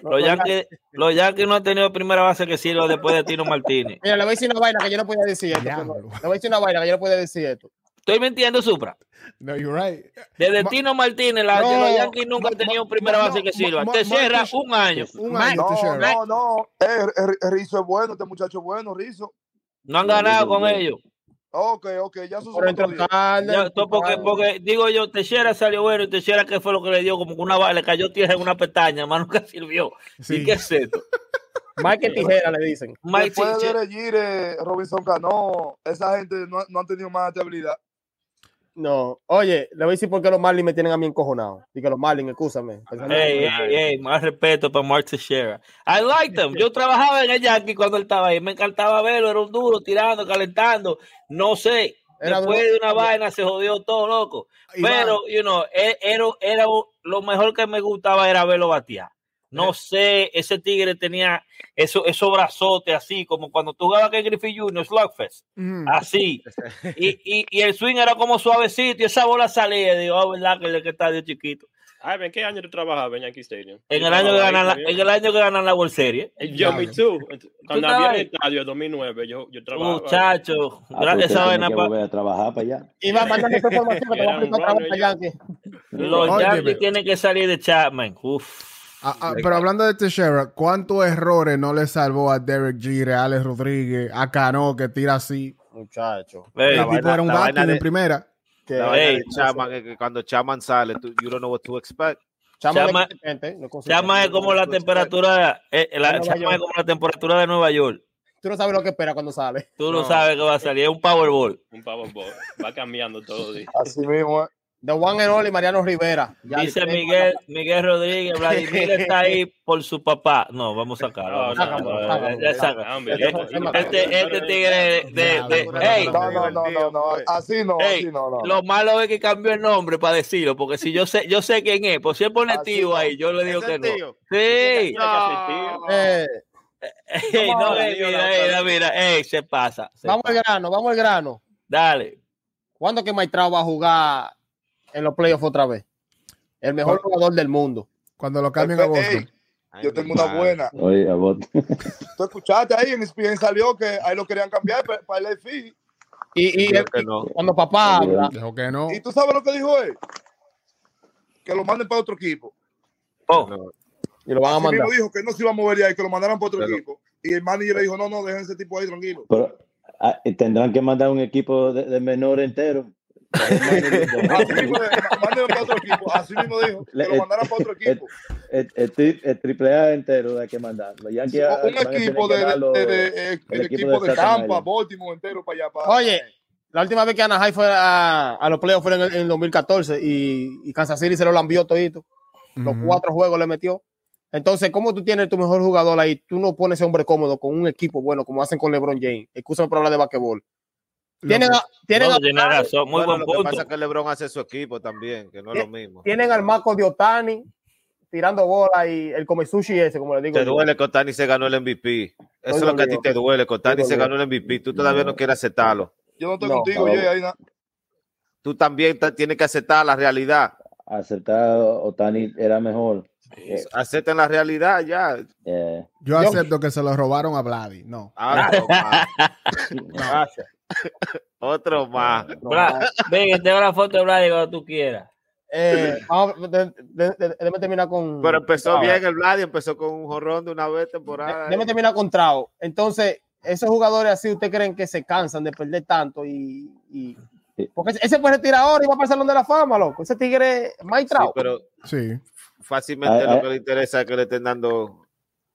los Yankees los Yankees no han tenido primera base que sirva después de Tino Martínez. Mira, le voy a decir una vaina que yo no podía decir esto. Diablo. pero- Le voy a decir una vaina que yo no podía decir esto. ¿Estoy mintiendo, Supra? No, you're right. Desde Ma- Tino Martínez, la, No, los Yankees nunca ma- han tenido ma- primera ma- base no, que sirva. ma- Te ma- cierra Marcus- un año. Un año te No, cierra. no, no. Eh, R- Rizzo es bueno, este muchacho es bueno, Rizzo. No han No, ganado no, con no. ellos. Ok, ok, ya eso Pero es otro entró día. tarde. Ya, esto porque, entró tarde. porque digo yo, Teixeira salió bueno y Teixeira que fue lo que le dio como que una bala, le cayó tierra en una pestaña, más nunca sirvió. Sí. ¿Y qué es esto? Mike Tijera le dicen. Mike Después de Teixeira- Derek Jeter, Robinson Cano, esa gente no, no han tenido más estabilidad. No, oye, le voy a decir por qué los Marlins me tienen a mí encojonado. Y que los Marlins, escúchame. pensando- Ey, ey, ey, más respeto para Mark Teixeira. I like them. Yo trabajaba en el Yankee cuando él estaba ahí. Me encantaba verlo. Era un duro, tirando, calentando. No sé. Era Después duro. de una vaina se jodió todo, loco. Iván, Pero, you know, e- era, era un- lo mejor que me gustaba era verlo batear. No Eh. sé, ese tigre tenía eso, esos brazotes así, como cuando tú jugabas que Griffith Jr. Slugfest, mm, así. Y, y, y el swing era como suavecito y esa bola salía. Digo, ah, verdad que el que está de chiquito. Ay, ¿en qué año tú trabajabas en Yankee Stadium? En Yo el año que trabajaba ganan la, ahí en el año que ganan la World Series. también. Yo, me too. Cuando estabas había el ahí? estadio en 2009, yo, yo trabajaba. Muchachos, Ah, pues usted esa tiene vaina que pa- volver a trabajar para allá. Iván, mándame esa información que te voy a Era un aplicar otra runner, vez para Yankee. Los Óyeme. Yankees tienen que salir de Chapman. Uf. ah, ah, pero hablando de Teixeira, ¿cuántos errores no le salvó a Derek Jeter, a Alex Rodríguez, a Cano que tira así? Muchacho. Ey, El La tipo vaina- era un la vacuum vaina de- en primera. Que La vaina Ey. de Chaman es que cuando Chaman sale, tú, you don't know what to expect. Chama, Chama- es competente, no consigue- Chapman es como la Pues, temperatura, eh, eh, la- de Nueva Chapman York. es como la temperatura de Nueva York. Tú no sabes lo que espera cuando sale. Tú no, sabes que va a salir, es un Powerball. Un powerball. Va cambiando todo. "Ah, el día. Así mismo, eh. The One and Only Mariano Rivera. Ya, Dice le- Miguel, Miguel Rodríguez, Vladimir está ahí por su papá. No, vamos a sacarlo. No, vamos a sácalo, sacarlo, sácalo, ya, ya sácalo. saca. Hombre, Este, este, este tigre de, de- de- Diablo. Ey, No, no, no, no, no, así no, Ey, así no, no. lo malo es que cambió el nombre para decirlo, porque si yo sé, yo sé quién es, por si él pone Así tío no. ahí, yo le digo ¿Es que el no. tío? Sí, No. Eh, Ey, no, ey, mira, ey, mira, mira, ey, se pasa. se vamos al pasa. grano, vamos al grano. Dale. ¿Cuándo es que Maitrao va a jugar en los playoffs otra vez? El mejor jugador del mundo. Cuando lo cambien a Boston. Ey, yo tengo una buena. Oye, a vos. Tú escuchaste ahí en E ESPN salió que ahí lo querían cambiar pa- para el FI. Y, y Creo que no. cuando papá habla, Dijo que no. ¿Y tú sabes lo que dijo él? Que lo manden para otro equipo. Oh, y lo van a Así mandar. mismo dijo que no se iba a mover de ahí, que lo mandaran para otro Pero- equipo. Y el manager le dijo, no, no, dejen ese tipo ahí tranquilo. Pero ah, tendrán que mandar un equipo de, de menor entero. Así mismo, le- ma- mándenlo para otro equipo. Así mismo dijo, que lo mandaran para otro equipo. El, el tri- el triple A entero hay que mandar. Los Yankees ah, Un van a tener equipo que de, de- darlo- de- de- el, el equipo equipo de de, Staten Tampa, Island. Baltimore entero para allá. Para, Oye, la última vez que Anaheim fue a, a los playoffs fue en el en 2014 y, y Kansas City se lo lambió todito. Los Ujú. cuatro juegos le metió. Entonces, ¿cómo tú tienes tu mejor jugador ahí? Tú no pones ese hombre cómodo con un equipo bueno como hacen con LeBron James. Excusa por hablar de basquetbol. Tienen, a- tienen, no, a- tiene razón. Muy Bueno, buen lo que pasa punto. es que LeBron hace su equipo también, que no es lo mismo. tienen al Marco de Otani tirando bola y el come sushi ese, como le digo. Te yo. duele que Otani se ganó el MVP. Eso es lo que a ti dolido. te duele, que Otani se dolido. ganó el MVP. Tú todavía no quieres aceptarlo. yo no estoy no, contigo, no. Jay, ahí na- Tú también ta- tienes que aceptar la realidad. Aceptar Otani era mejor. Eh, Acepten la realidad ya. eh, Yo acepto que se lo robaron a Vladi. No. Ah, otro más. Otro más. Bla- Ven, te doy la foto de Vladi cuando tú quieras. Eh, vamos, de- de- de- déjame terminar con. Pero empezó Trao. bien ah, el Vladi, empezó con un jorrón de una vez temporada. eh. Déjame terminar con Trao. Entonces, esos jugadores así, ¿ustedes creen que se cansan de perder tanto? y, y- Porque ese- ese puede retirar ahora y va para el Salón de la Fama, loco. Ese tigre, Mike Sí, Trao. pero Sí. fácilmente Ay, ay. lo que le interesa es que le estén dando.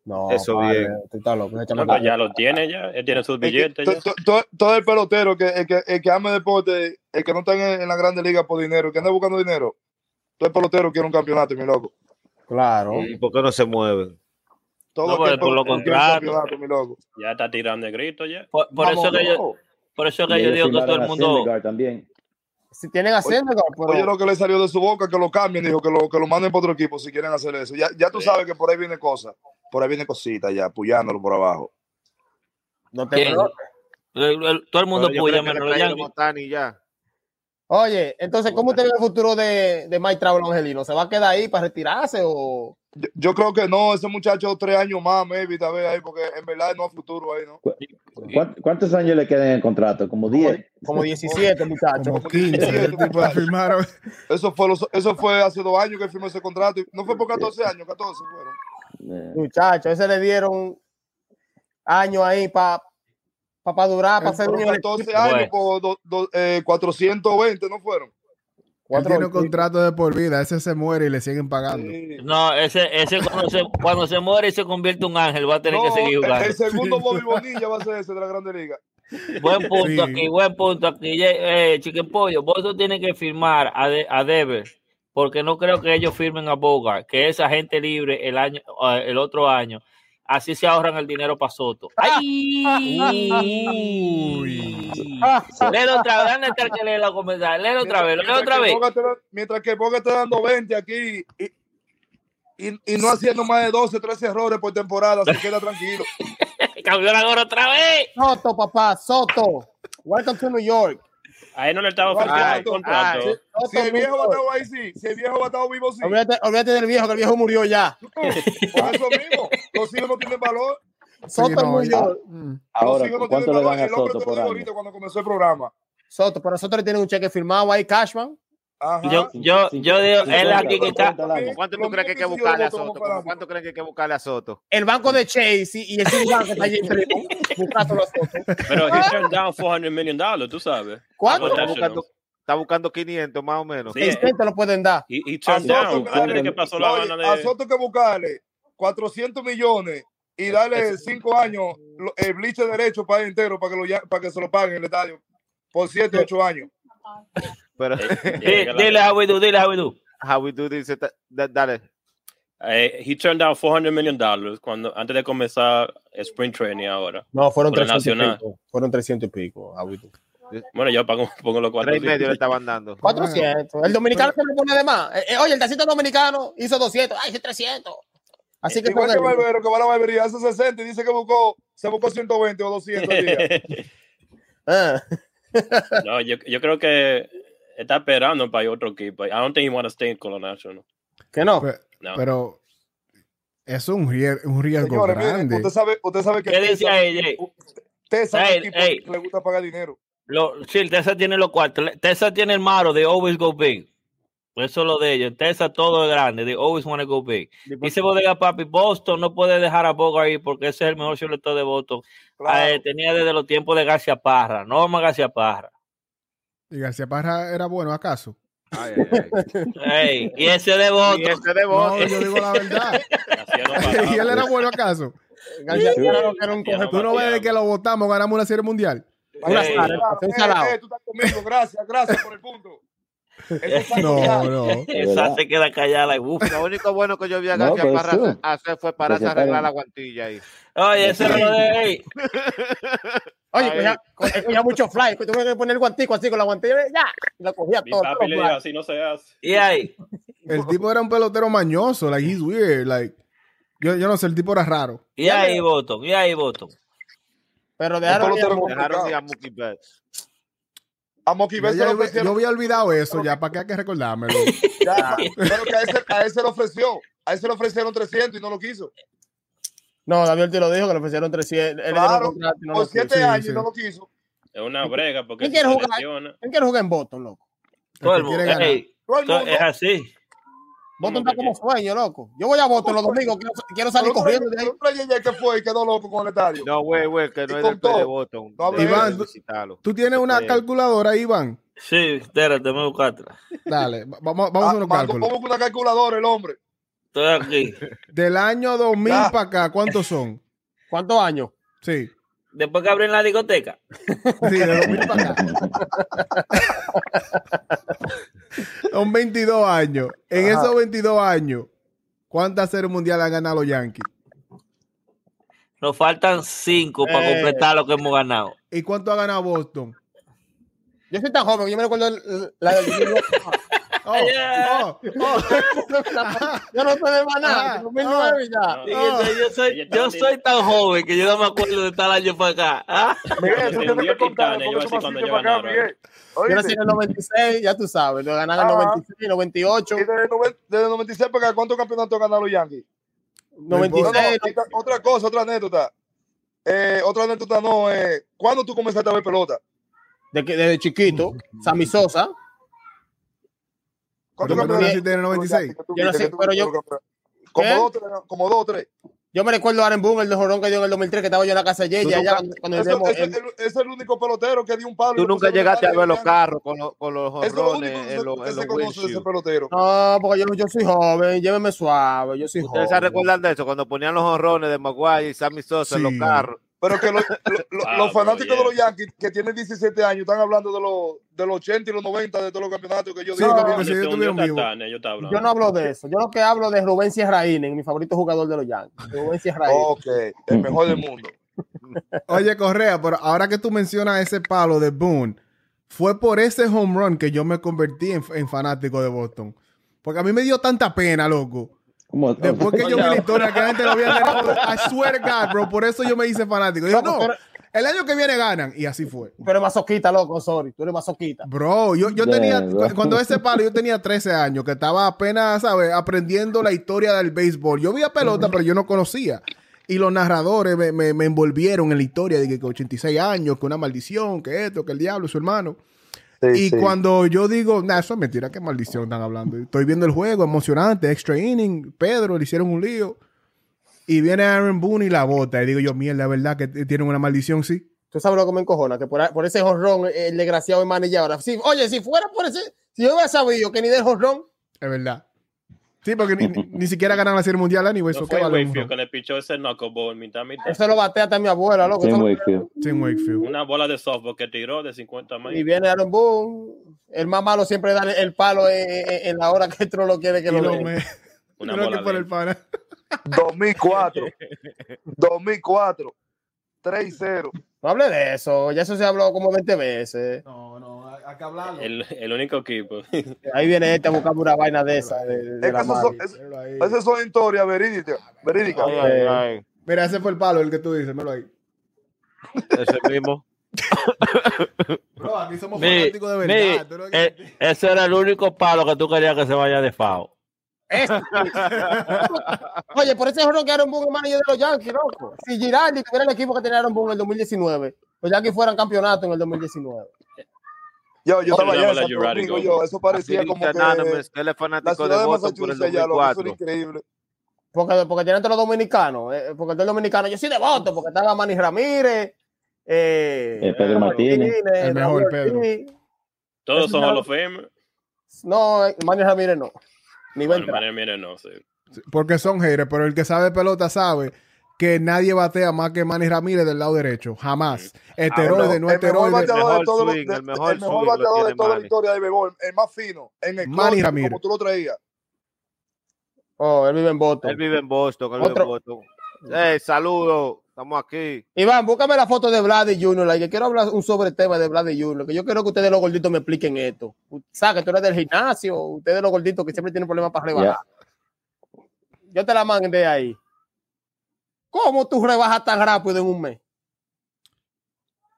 no, eso bien. Tú estás loco. ese No, chamaco- pues ya lo tiene, ya. Él tiene sus Es que billetes. to- ya. to- to- Todo el pelotero, que, el, que, el que ama deporte, el que no está en, en la grande liga por dinero, el que anda buscando dinero, todo el pelotero quiere un campeonato, mi loco. Claro. ¿Y por qué no se mueven? Todo No, pues, aquel por lo pelotero quiere contrario. un campeonato, mi loco. Ya está tirando el grito, ya. Por, por eso que yo, No. por eso y que yo ellos digo que todo firmaron el a mundo. Syndergaard también. Si tienen a Sendegar, pero. Oye lo que le salió de su boca, que lo cambien, dijo que lo, que lo manden para otro equipo si quieren hacer eso. Ya, ya tú sabes que por ahí viene cosas, por ahí viene cositas ya, apoyándolo por abajo. no te ¿Quién? preocupes. El- el- Todo el mundo Pero yo puede creo que menos le los trajeron a Yankees. Otani ya. Oye, entonces, ¿cómo usted ve el futuro de, de Mike Trao, el Angelino? ¿Se va a quedar ahí para retirarse o.? Yo, yo creo que no, ese muchacho tres años más, maybe, tal vez ahí, porque en verdad no hay futuro ahí, ¿no? ¿Cuánt- ¿Cuántos años le quedan en el contrato? Como 10. Como 17, muchachos. Como 15. El tipo la firmaron. Eso fue, los- eso fue hace dos años que firmó ese contrato, y no fue por 14 años, 14 fueron. Eh, Muchachos, ese le dieron años ahí para pa, pa durar, para ser Fueron dueño del 14 Bueno. años por do- do- eh, 420, ¿no fueron? Él cuatro tiene un equipos. contrato de por vida. Ese se muere y le siguen pagando. Sí. No, ese, ese cuando, se, cuando se muere y se convierte en un ángel, va a tener No, que seguir El jugando. segundo Bobby Bonilla va a ser ese de la Grande Liga. Buen punto Sí. aquí, buen punto aquí. Ye- Eh, Chicken Pollo, vosotros tienen que firmar a, De- a Devers, porque no creo que ellos firmen a Bogart, que es agente libre el, año, eh, el otro año. Así se ahorran el dinero para Soto. ¡Ay! Léelo otra vez, ¿dónde está el que lee los comentarios? Léelo otra vez, léelo otra que vez. Boga te da- mientras que Boga está dando 20 aquí y, y- y no haciendo más de 12, 13 errores por temporada, se queda tranquilo. Cambió la gorra otra vez. Soto, papá, Soto. Welcome to New York. A él no le estaba ofreciendo Ay, Ah, el contrato. ay. Soto, Si el viejo New York. batado ahí, sí. Si el viejo batado vivo, sí. Olvídate, olvídate del viejo, que el viejo murió ya. Por eso mismo, los hijos no tienen valor. Soto en no, New ya. York. Ahora, los hijos no ¿cuánto tienen le valor. dan a El hombre te Soto lo por dijo año? ahorita cuando comenzó el programa. Soto, pero Soto le tiene un cheque firmado ahí, Cashman. Ajá. Yo, Cinco- yo, cinco- yo digo, él 50, aquí que está. 50 al año. ¿Cuánto Lo tú crees que hay que mismo que buscarle a yo voto como Soto? ¿Cómo fanático. ¿Cuánto crees que hay que buscarle a Soto? El banco de Chase y, y el Citibank que está allí en Fremont. Buscáselo a Soto. Pero he turned down 400 million dollars, tú sabes. ¿Cuánto? Algo Está national. buscando, está buscando 500 más o menos. Pues Sí. 600 lo pueden dar. He, he A turned Soto down. que Antes de que darle, pasó la oye, gana a de... Soto que buscarle 400 millones y darle 5 años lo- el bleacher derecho para él entero para que, lo, ya- para que se lo paguen el estadio por 7, 8 años. Eh, Pero Di- Llega la- Dile a Widu, dile a Widu. Javi, tú dices, ta- da- dale. Eh, he turned down 400 million dollars cuando, antes de comenzar Spring Training ahora. No, fueron Por la 300 y Nacional. pico. Fueron 300 y pico. Agüito. Bueno, yo pago, pongo los cuatro. Tres y medio le estaban dando. 400. El dominicano se lo pone de más. Eh, eh, oye, el tacito dominicano hizo 200. Ay, hizo 300. Así que Igual que póngale. Barbero, que va a la barbería, hace 60 y dice que buscó, se buscó 120 o 200 al día. Ah. No, yo, yo creo que está esperando para otro equipo. I don't think he want to stay in Colonacho. No. Que no. Pe- No. Pero es un, rier- un riesgo Señores, miren, grande. usted sabe, usted sabe que ¿Qué decía ella? Ustedes saben Ey, el equipo ey. que le gusta pagar dinero. Lo, sí, el Tessa tiene los cuartos. Tessa tiene el maro de always go big. Pues Eso es lo de ellos. Tessa todo es grande. They always want to go big. Dice Bodega Papi, Boston no puede dejar a Bogart ahí porque ese es el mejor shortstop de Boston. Claro. Eh, tenía desde los tiempos de García Parra. Norma García Parra. Y García Parra era bueno, ¿acaso? Ay, ay, ay. Ey, y ese de Boston. Y este de No, vos. yo digo la verdad. Así no ¿Y él paraba. era bueno, ¿acaso? García Sí. Parra no era un Así no coge- Tú no ves de bateaba. que lo votamos, ganamos una serie mundial. Vaya, Ey. claro, Un eh, salado. eh, tú estás conmigo, gracias, gracias por el punto. Eso es algo No, ya. no. Esa se queda callada y ufa. Lo único bueno que yo vi a No, García pero es Parra hacer- true. hacer fue pararse a García Parra. arreglar la guantilla ahí. Oye, ese es lo de ey, Oye, Ay. cogía, co- eh, cogía mucho fly. Tú tenías que poner el guantico así con la guantilla. Ya. Y lo cogía Mi todo. papi todo le fly. dijo así no se hace. Y ahí. El tipo era un pelotero mañoso, like he's weird, like yo, yo no sé, el tipo era raro. Y ahí, Boston. Y ahí, Boston. Pero dejaron. pelotero ir a- Dejaron ir a Mookie Betts. A Mookie Ya, Betts se ya le yo, yo ofrecieron. había olvidado eso, ya para qué hay que recordármelo. ya, pero que a ese, a ese le ofreció. A ese le ofrecieron 300 y no lo quiso. No, David te lo dijo que le ofrecieron 300. Él le dieron Claro, contrato y no Por lo quiso. 7 sí, años sí. y no lo quiso. Es una brega porque ¿Quién si se quiere jugar? lesiona. ¿Quién quiere jugar en Boston, loco? Todo el que mundo. quiere ganar. ey, Todo el todo- mundo. es así. Boston ¿Cómo está que como sueño, loco. Yo voy a Boston los domingos. Quiero, quiero salir Pero tú corriendo de eres- ahí. tú eres Yeye que fue y quedó loco con el estadio. No, güey, güey, que Y no es con del play de todo. Bottom. No hable de Iván, eso. Tú tienes una calculadora, Iván. Sí, espérate, me buscaste. Dale, va- vamos, vamos a hacer Ah, unos mandó- cálculos. Vamos con una calculadora el hombre. Estoy aquí. Del año 2000 Ya. para acá, ¿cuántos son? ¿Cuántos años? Sí. Después que abren la discoteca. Sí, de 2000 para acá. Son 22 años. En esos 22 años, ¿cuántas series mundiales han ganado los Yankees? Nos faltan cinco para Eh. completar lo que hemos ganado. ¿Y cuánto ha ganado Boston? Yo soy tan joven que yo me recuerdo el- la del. Oh, oh, yo no sé de más Ah, nada. en 2009 ya. No, Sí, no, yo, soy- yo soy, yo soy tan joven que yo no me acuerdo de estar año para acá. ¿ah? Miguel, Cuando tú se tienes hundió que contar. Titanic, yo porque así eso pasó cuando de yo para acá, ganaba. Miguel. Yo Oíste, nací en el 96, ya tú sabes. Lo ganaron en el Ah. 96, 98, y desde el noven- desde el 96 para acá, ¿cuántos campeonatos han ganado los Yankees? No, no, 96. otra- otra cosa, otra anécdota. Eh, otra anécdota no. Eh, ¿Cuándo tú comenzaste a ver pelota? de que- desde chiquito, Sammy Sosa. ¿Pero cuándo campeonatos naciste en el 96? tú Yo nací, viste, que tú pero viste yo- los campeonatos? ¿Qué? ¿Eh? Como dos, tres, como dos, tres. Yo me recuerdo a Aaron Boone, el de jorón que dio en el 2003, que estaba yo en la casa de Tú ella, allá nunca- cuando, cuando Eso- vivimos ese en- es el- ese es el único pelotero que dio un palo. y Tú le nunca pusieron llegaste a medalla ver los de carros con, los- con los Yankees. Es lo único jorrones que en se- los, que en los se conoce de ese windshields. pelotero. No, porque yo, yo soy joven, lléveme suave, yo soy Ustedes se joven. recuerdan de eso, cuando ponían los honrones de Maguire y Sammy Sosa en los Sí. carros. Pero que los, lo- lo- Ah, Wow, los fanáticos bro, de los Yankees que tienen 17 años están hablando de los, de los 80 y los 90 de todos los campeonatos que yo Sí, digo. como que Yo si ellos soy un estuvieran vivos. Titanic, yo estaba hablando. Yo no hablo de eso, yo lo que hablo de Rubén Sierra Inen, mi favorito jugador de los Yankees. Rubén Sierra Inen. Ok, el mejor del mundo. Oye, Correa, pero ahora que tú mencionas ese palo de Boone, fue por ese home run que yo me convertí en, en fanático de Boston. Porque a mí me dio tanta pena, loco. ¿Cómo? Después que yo vi Oye. la historia que la gente lo había ganado, I swear to God, bro, por eso yo me hice fanático. Yo, Loco, no, tú eres- el año que viene ganan. Y así fue. Oh. Tú eres masoquita, loco, sorry, tú eres masoquita. Bro, yo, yo Damn, tenía, bro. cu- cuando ese palo, yo tenía 13 años, que estaba apenas, ¿sabes?, aprendiendo la historia del béisbol. Yo vi a pelota, pero yo no conocía. Y los narradores me, me- me envolvieron en la historia de que, que 86 años, que una maldición, que esto, que el diablo, su hermano. y cuando yo digo, nah, eso es mentira, qué maldición están hablando. Estoy viendo el juego, emocionante, extra inning, Pedro, le hicieron un lío. Y viene Aaron Boone y la bota. Y digo yo, mierda, ¿verdad que t- tienen una maldición? Sí. Tú sabes lo que me encojona, que por, por ese jorrón, eh, el desgraciado es ahora. Sí, oye, si fuera por ese, si yo hubiera sabido que ni del jorrón, Es verdad. Sí, porque ni, ni- ni siquiera ganaron la serie mundial, anyway, No eso fue qué vale un Wakefield ron? que le pichó ese knuckleball mitad mitad. eso lo batea hasta mi abuela, loco. Tim eso lo- Wakefield. Tim Wakefield. Una bola de softball que tiró de 50 más. Y viene Aaron Boone. El más malo siempre da el palo en, en- en la hora que el trolo quiere que Y lo lo den. me- Una creo que bola por de- el pana. 2004. 2004. 3-0. No hable de eso. Ya eso se habló como 20 veces. No, no, hay que hablarlo. El, el único equipo. Ahí viene este a buscar una vaina de esa. De, de- de Es que la esos madre. son- es- Esas son historias verídicas. Eh, verídicas. Ay, ay, ay. Mira, ese fue el palo, el que tú dices, me lo ahí. Ese mismo. Bro, aquí somos Mi- fanáticos de mi- verdad. tú no- eh, ese era el único palo que tú querías que se vaya de FAO. Este. Oye, por ese jornal que Aaron Boone es manager de los Yankees, loco. Si Girardi tuviera el equipo que tenía Aaron Boone en el 2019, los Yankees fueran campeonato en el 2019. Yo, yo estaba Oye, allá en la Santo Jurati Domingo, Gold. yo, eso parecía Así como dice que Anonymous, que él es la fanático de ciudad de Boston por el Massachusetts allá, loco, eso 2004. era increíble. Porque, porque tienen todos los dominicanos. eh, porque el dominicano, yo soy de voto, porque están a Manny Ramírez. Eh, Eh, Pedro Martínez. El mejor David Ortiz. Todos Eso son no- Hall of Fame. No, eh, Manny Ramírez no. Ni Bueno, Ventura. mira, mira, no sé. Porque son haters, pero el que sabe de pelota sabe que nadie batea más que Manny Ramírez del lado derecho. Jamás. Heteroide, no Ah, el mejor heteroide. mejor bateador de todo, swing, de- el mejor el mejor swing lo bateador de tiene toda la Manny. historia de béisbol, el más fino, en el Manny clutch, Ramírez. como tú lo traías. Oh, él vive en voto. Él vive en Boston, él vive Otro. en Boston. Eh, saludos, estamos aquí. Iván, búscame la foto de Vlad Jr. like, que quiero hablar un sobre el tema de Vlad Jr. Que yo quiero que ustedes los gorditos me expliquen esto. U- Sabes que tú eres del gimnasio, ustedes los gorditos que siempre tienen problemas para rebajar. Yo te la mandé ahí. ¿Cómo tú rebajas tan rápido en un mes?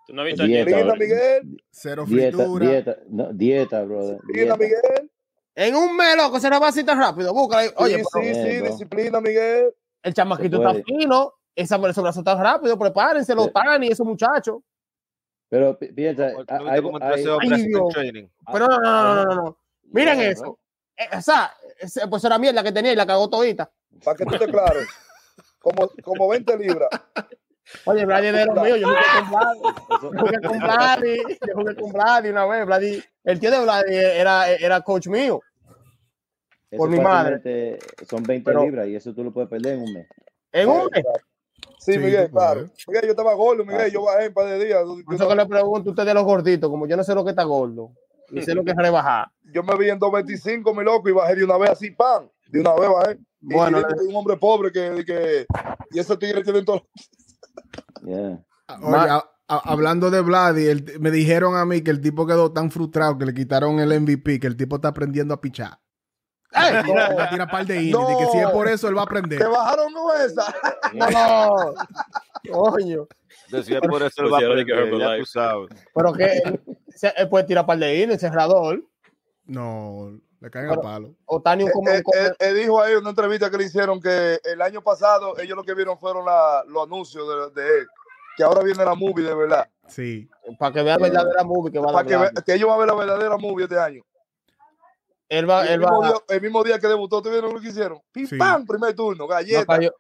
¿Tú no viste a Dieta, Jimmy? Linda bro. Miguel, Cero Dieta, fritura. dieta, no, dieta, brother. linda dieta. Miguel. En un mes, loco, se rebaja así tan rápido. Búscala. ahí. Oye, sí, pero sí, sí, Bien, bro. disciplina, Miguel. el chamaquito se está puede. fino. Esa persona brazo tan rápido. Prepárense, los Sí. tan y esos muchachos. Pero pi- piensa, ¿Tú hay- viste cómo entró hay- ese hombre a Ay, spring Dios. training? Ah, Pero no, no, no, no, no. no. Miren Yeah, eso. bro. Eh, o sea, esa- pues era mierda que tenía y la cagó todita. Para que tú te clares. Como, como 20 libras. Oye, Vladi es de los míos, yo jugué con Vladi, Eso- yo jugué con Vladi, yo jugué con Vladi una vez, Vladi, el tío de Vladi era, era coach mío. eso por mi madre. prácticamente Son 20 Pero- libras y eso tú lo puedes perder en un mes. En un mes, Sí, Sí, Miguel, tú claro. puedes. Miguel, yo estaba gordo, Miguel, Fácil. yo bajé en par de días. por eso que le pregunto a ustedes los gorditos, como yo no sé lo que está gordo, ni sé lo que es rebajar. Yo me vi en 225, mi loco, y bajé de una vez así, pan. De una vez bajé. Y Bueno, eh. dime que hay un hombre pobre que, que- y ese tigre tiene todo. Yeah. Oye, a- a- hablando de Vladi, el- me dijeron a mí que el tipo quedó tan frustrado que le quitaron el MVP, que el tipo está aprendiendo a pichar. ¡Eh! ¡Ey! Le va a tirar par de innings, de que si es por eso él va a aprender. Te bajaron no esa. No, no, coño, Decía por eso él va a Pusieron de que perder, ya tú Herbalife. sabes. pero que se- él puede tirar par de ir, encerrador, No, le caen a Pero- palo. o Tani un come, Él un come- Eh, dijo ahí en una entrevista que le hicieron que el año pasado ellos lo que vieron fueron la- los anuncios de, de él. Que ahora viene la movie de verdad. Sí. para que vea la verdadera movie que va a Para dar eh, que, Vladi. ve- que ellos van a ver la verdadera movie este año. Él va, Y el, él mismo va, día, el mismo día que debutó, ¿te vieron lo que hicieron? Pim, Sí. pam, primer turno, no ha galleta. caído,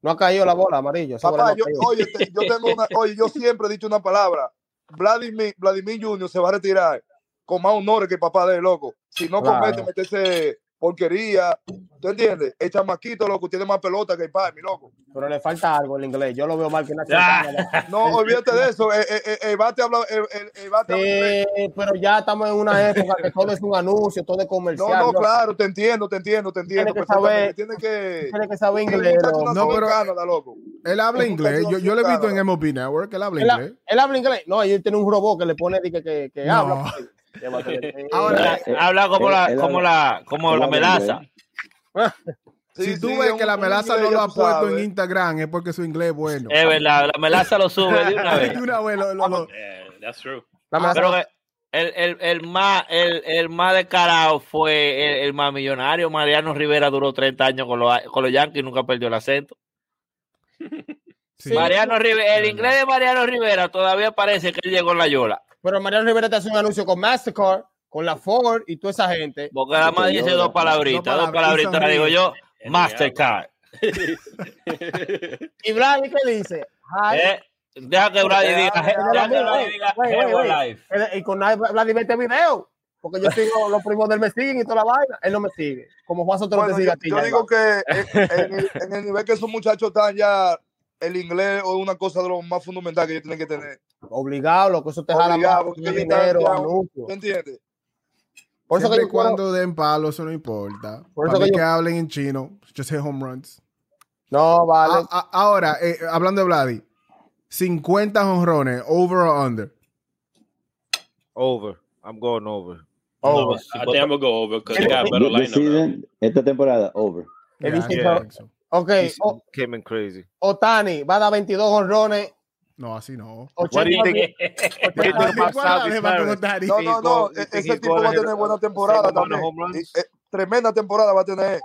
no ha caído la bola, amarillo, esa bola no Papá, ha yo, caído. oye, te- yo tengo una, oye, yo siempre he dicho una palabra. Vladimir, Vladimir Jr. se va a retirar con más honores que el papá de él, loco. Si no Claro. comete, meterse porquería. ¿Tú entiendes? El chamaquito, loco, tiene más pelota que el padre, mi loco. Pero le falta algo en inglés. Yo lo veo mal que Nacho Ah. Alcántara. No, olvídate de eso. El, el- el- el bate habla. El, el- el bate habla inglés. Sí, pero ya estamos en una época que todo es un anuncio, todo es No, comercial. no, Yo- claro, te entiendo, te entiendo, te entiendo. que perfectamente. saber- Tiene que. Tiene que saber Tiene inglés. que echarse ¿no? una No, sola pero- Canadá, loco. Él habla Es un inglés. Yo, yo lo he visto en MLB Network. Él habla Él, inglés. ha- él habla inglés. No, él tiene un robot que le pone di que, que, que No. habla. pues. Llévatele. Ahora, Eh, habla como él- la, él como la, como él la habla melaza. inglés. si Sí, tú sí, ves es que la un- un melaza inglés, no lo ya ha tú puesto en sabes. Instagram es porque su inglés es bueno. Es verdad, la melaza lo sube de una vez. De una vez lo- lo- lo- Eh, that's true. La amenaza- ah, Pero que el, el, el más, el, el más descarado fue el, el más millonario. Mariano Rivera duró 30 años con los, con los Yankees y nunca perdió el acento. sí. Mariano Rivera, el Verdad. inglés de Mariano Rivera todavía parece que él llegó en la yola. pero Mariano Rivera te hace un anuncio con Mastercard, con la Ford y toda esa gente. Porque nada más Yola. dice dos palabritas, Dos dos palabritas, palabritas, digo yo, Genial. Mastercard. Y Vlad, ¿qué dice? Hi. Eh, Deja que Brady diga, deja que Brady diga, Wait, wait, Evo wait. Life. Eh, Y con Vlad, este video. Porque yo sigo los primos del me siguen y toda la vaina. Él no me sigue. Como Juan Soto no Bueno, te sigue yo, a ti. yo ya, digo Iván. que en, en- en el nivel que esos muchachos están ya, el inglés es una cosa de lo más fundamental que ellos tienen que tener. Obligado, loco, eso te jala Obligado, más porque más ellos están dinero, ya- anuncio. ¿Tú entiendes? Por eso que Siempre yo quiero- y cuando den palo, eso no importa. Por eso Para mí que yo- que hablen en chino, just say home runs. No, vale. A- a- ahora, eh, hablando de Vladi, 50 honrones, over or under. Over. I'm going over. No, Over. I think I'm gonna go over because they got a better lineup. This season, ¿eh? esta temporada, over. He visto I todo. think so. Ok, oh, This O- came in crazy. Otani va a dar 22 honrones No, así no. What do you think? What do you think about Igual, Salvi le mandó Perez? Dari. No, Sí, no, no. gol, e- sí, Ese sí, tipo va a goles, tener buena temporada sí, goles, también. home runs. Y, eh, Tremenda temporada va a tener.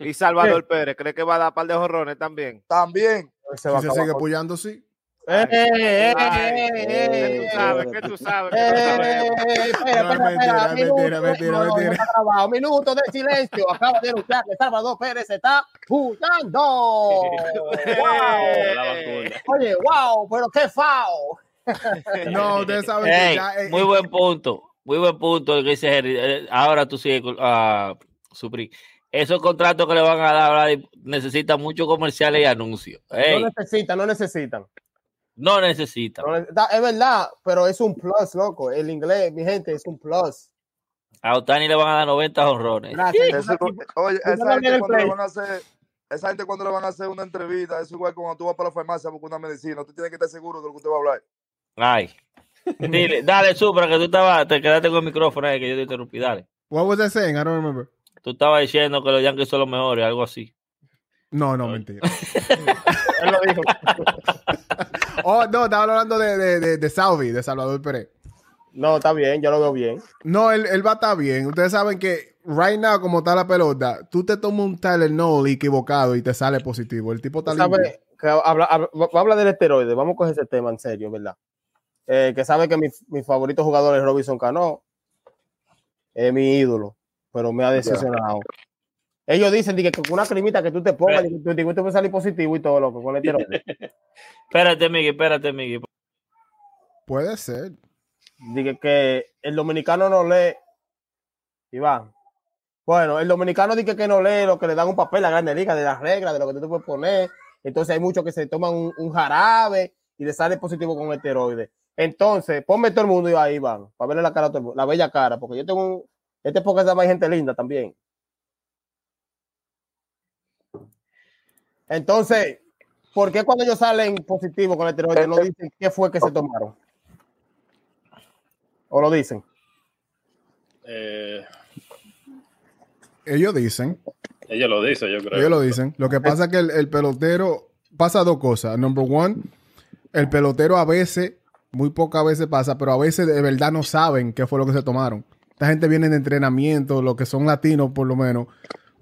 Y Salvador Pérez, ¿cree que va a dar par de jorrones también? También. Se va Si a se acabar sigue con- apoyando, sí. Eh, eh, eh, eh, eh, ¿Qué tú sabes? ¿Qué tú sabes? ¿Qué tú sabes? eh, espera, No, es espera, espera, mentira, es minuto, mentira, es mentira, no, no, mentira. no está grabado. Minuto de silencio. Acaba de anunciar que Salvador Pérez está huyendo. ¡Wow! Eh, La vacuna. Eh, Oye, wow, pero qué fao. No, ustedes saben que Ey, ya. eh, muy eh, buen punto. Muy buen punto el que dice Henry. Eh, Ahora tú sigues con- a Supri. Esos contratos que le van a dar ahora necesitan muchos comerciales y anuncios. Ey, No necesitan, no necesitan. no necesitan. No necesitan. Es verdad, pero es un plus, loco. El inglés, mi gente, es un plus. A Otani le van a dar 90 honrones. Gracias. Eso es co- oye, no esa le olvides gente el cuando le play. van a hacer, esa gente cuando le van a hacer una entrevista, es igual que cuando tú vas para la farmacia a buscar una medicina. Tú tienes que estar seguro de lo que usted va a hablar. Ay. Dile, dale, Supra, que tú estabas, te quedaste con el micrófono ahí, que yo te interrumpí. Dale. What was I saying? I don't remember. Tú estabas diciendo que los Yankees son los mejores, algo así. No, no, mentira. Él lo dijo. Oh, no, estaba hablando de, de, de, de Salvi, de Salvador Pérez. No, está bien, yo lo veo bien. No, él, él va a estar bien. Ustedes saben que right now, como está la pelota, tú te tomas un Tyler Noll equivocado y te sale positivo. El tipo está Tú sabes limpio. que habla, habla- va a hablar del esteroide. Vamos a coger ese tema en serio, en ¿verdad? Eh, que sabe que mi, mi favorito jugador es Robinson Cano. Es mi ídolo, pero me ha decepcionado. Ellos dicen di que con una crimita que tú te pongas, di que tú- di que tú puedes salir positivo y todo loco con el esteroide. Espérate, Miguel, espérate, Miguel. Puede ser. Dije que el dominicano no lee. Iván. Bueno, el dominicano dice que no lee lo que le dan un papel a la grande liga, de las reglas, de lo que tú te puedes poner. Entonces hay muchos que se toman un, un jarabe y le sale positivo con esteroides. Entonces, ponme todo el mundo y ahí van, para verle la cara a todo el mundo, la bella cara, porque yo tengo un. Este podcast llama gente linda también. Entonces, ¿por qué cuando ellos salen positivos con esteroides no dicen qué fue que se tomaron? ¿O lo dicen? Eh, Ellos dicen. ella lo dice, yo creo. Ellos lo dicen. Lo que pasa es que el, el pelotero pasa dos cosas. Number one, el pelotero a veces, muy pocas veces pasa, pero a veces de verdad no saben qué fue lo que se tomaron. Esta gente viene de entrenamiento, los que son latinos por lo menos,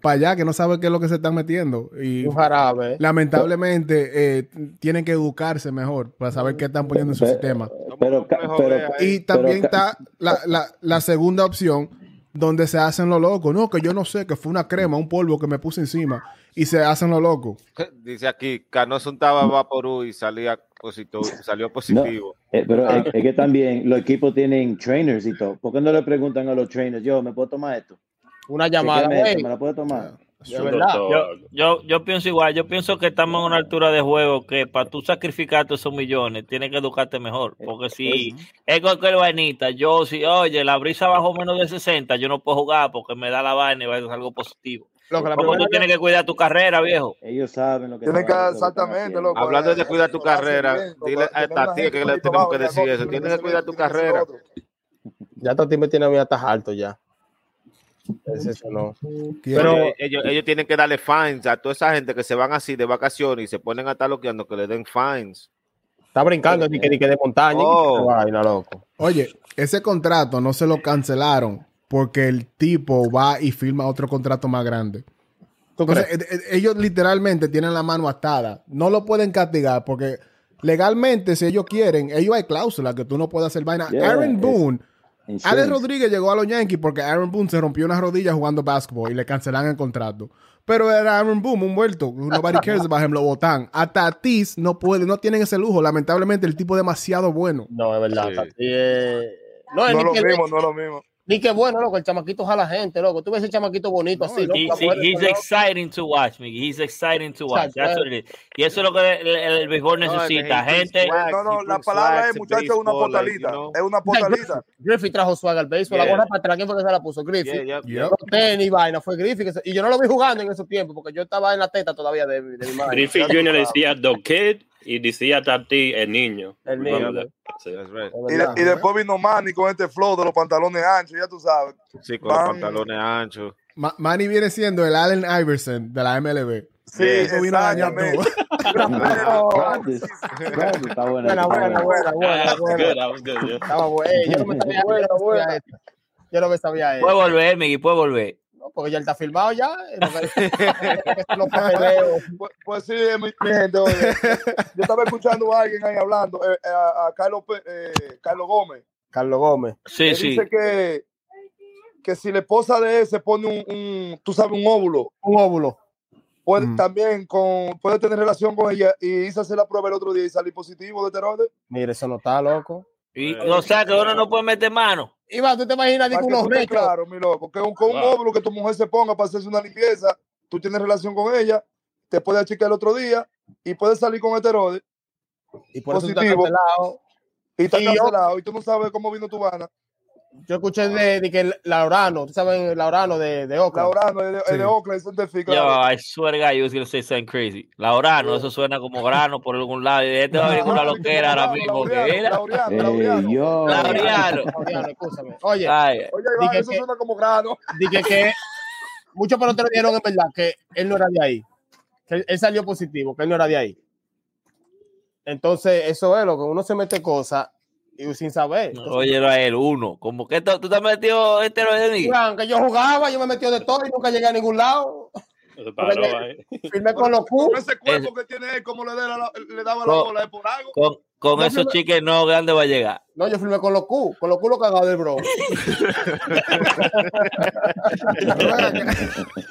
para allá que no saben qué es lo que se están metiendo. Y Un jarabe. lamentablemente eh, tienen que educarse mejor para saber qué están poniendo en su Pe- sistema. Eh. Pero, Somos los eh, pero- mejores ahí. Y también ca- está la, la- la segunda opción, donde se hacen lo loco. No, que yo no sé, que fue una crema, un polvo que me puse encima y se hacen lo loco. Dice aquí, Cano se untaba Vaporú y salía positivo, salió positivo. eh, pero es, Ah. es que también los equipos tienen trainers y todo. ¿Por qué no le preguntan a los trainers, yo, ¿me puedo tomar esto? Una llamada, Chequéame esto, güey. ¿Me la puedo tomar? De verdad. Yo, yo, yo pienso igual, yo pienso que estamos en una altura de juego que para tú sacrificarte esos millones, tienes que educarte mejor. Porque si es cualquier vainita, yo si, oye, la brisa bajó menos de 60, yo no puedo jugar porque me da la vaina y va a ser algo positivo. Lo que la Porque primera tú tienes que cuidar tu carrera, viejo. Ellos saben lo que Tienen que, están- lo que están exactamente, haciendo. loco. Hablando de eh, cuidar tu asesorarse carrera, bien, loco, dile a tener una esta tía gente que por le ahí tenemos abajo, que la decir cosa, eso. tiene que Tienes que ser esto, cuidar tu tiene que ser lo carrera. otro. Ya Tati me tiene a mí hasta harto ya. Es eso, no. ¿Quién? Pero Oye, ellos, ellos tienen que darle fines a toda esa gente que se van así de vacaciones y se ponen a estar loqueando que le den fines. está brincando ni que, ni que de montaña. ni que Oh. de vaina, loco. Oye, ese contrato no se lo cancelaron porque el tipo va y firma otro contrato más grande. ¿Tú Entonces, crees? eh, eh, ellos literalmente tienen la mano atada. No lo pueden castigar porque legalmente, si ellos quieren, ellos hay cláusulas que tú no puedes hacer vaina. Yeah, Aaron es- Boone. Alex Insurance. Rodríguez llegó a los Yankees porque Aaron Boone se rompió una rodilla jugando básquetbol y le cancelan el contrato. Pero era Aaron Boone, un muerto. Nobody cares about him, lo botan. A Tatis no puede, no tienen ese lujo. Lamentablemente, el tipo es demasiado bueno. No, es verdad. Sí. Tati, eh, No, es No ni, es lo que, mismo, no es lo mismo. ni que bueno, loco. El chamaquito jala gente, loco. Tú ves ese chamaquito bonito No, así, loco. He's, las mujeres he's son locas. exciting to watch, Miguel. He's exciting to watch. That's what it is. Y eso es lo que el, el- el béisbol No, es que necesita. he brings Gente, swag, No, he no, la brings palabra swag es, to muchacho, es una baseball, like, you potalita. know. Es una Ya, potalita. Griffey, Griffey trajo swag al béisbol. La Yeah. gorra para atrás, ¿quién fue que se la puso? Griffey. Yeah, yeah. Yep. Los tenis, vaina. Fue Griffey. que se- y yo no lo vi jugando en esos tiempos porque yo estaba en la teta todavía de, mi- de mi madre. Griffey Ya tú Jr. sabes. decía The Kid y decía Tati el niño. El niño, Remember ¿no? that. Sí. That's right. Es Y, verdad. y después vino Manny con este flow de los pantalones anchos, ya tú sabes. Sí, con los Van- pantalones anchos. Ma- Manny viene siendo el Allen Iverson de la MLB. Sí, Eso vino a dañar todo. exactamente. Practice. Practice. Está buena. Buena, está buena, buena, Ah, buena, that was buena. good, that was good, yeah. Estaba buena. Ey, Yo no me sabía esto, Buena, buena. sabía esto. Yo no me sabía Puede esto. volver, Miguel, puede volver. No, porque ya él está filmado ya. Lo que- Los papeleos. Pues, pues sí, mi, mi gente, oye, yo estaba escuchando a alguien ahí hablando, eh, eh, a, a Carlos, Pe- eh, Carlos Gómez. Carlos Gómez. Sí, Él sí. dice que, que si la esposa de él se pone un, un, tú sabes, un óvulo, Un óvulo. puede, Mm. también con, puede tener relación con ella y hizo hacer la prueba el otro día y salir positivo de teroide. Mira, eso no está loco. Y, o sea, que uno no puede meter mano. Iván, ¿tú te imaginas Para digo, que unos tú estés mechos? claro, mi loco, que un- con un Wow. óvulo que tu mujer se ponga para hacerse una limpieza, tú tienes relación con ella, te puede achicar el otro día y puedes salir con esteroides Y por eso tú estás Positivo. cancelado. y está Y yo- cancelado y tú no sabes cómo vino tu vana. Yo escuché de, de que Laurano, tú sabes, Laurano de, de Oca. Laurano es de, es de Sí. Oakland, Center Field, Yo, claro. I swear to God, you was gonna say something crazy. Laurano, eso suena como grano por algún lado. Y este va a venir con una Laurano, loquera ahora Laurano, mismo. que Laureano, era. Laureano, buena. Laureano. Hey, Eh, yo. Laureano. Laurano, escúchame. Oye, Ay, Oye, Iván, Dije eso que- suena como grano. dije que muchos peloteros dijeron en verdad que él no era de ahí. Que él, él salió positivo, que él no era de ahí. Entonces, eso es lo que uno se mete cosas y sin saber. óyelo a él, uno. Como que esto- tú te has metido este lo de mí. Iván, que yo jugaba, yo me metí de todo y nunca llegué a ningún lado. Se paró ahí. Firmé con los Q. Con ese cuerpo que tiene él, como le, da la- le daba la Co- bola, es por algo. Con, con Yo esos primero- chiques no, grande va a llegar. No, yo firmé con los Q, con los Q lo cagado del bro. Ese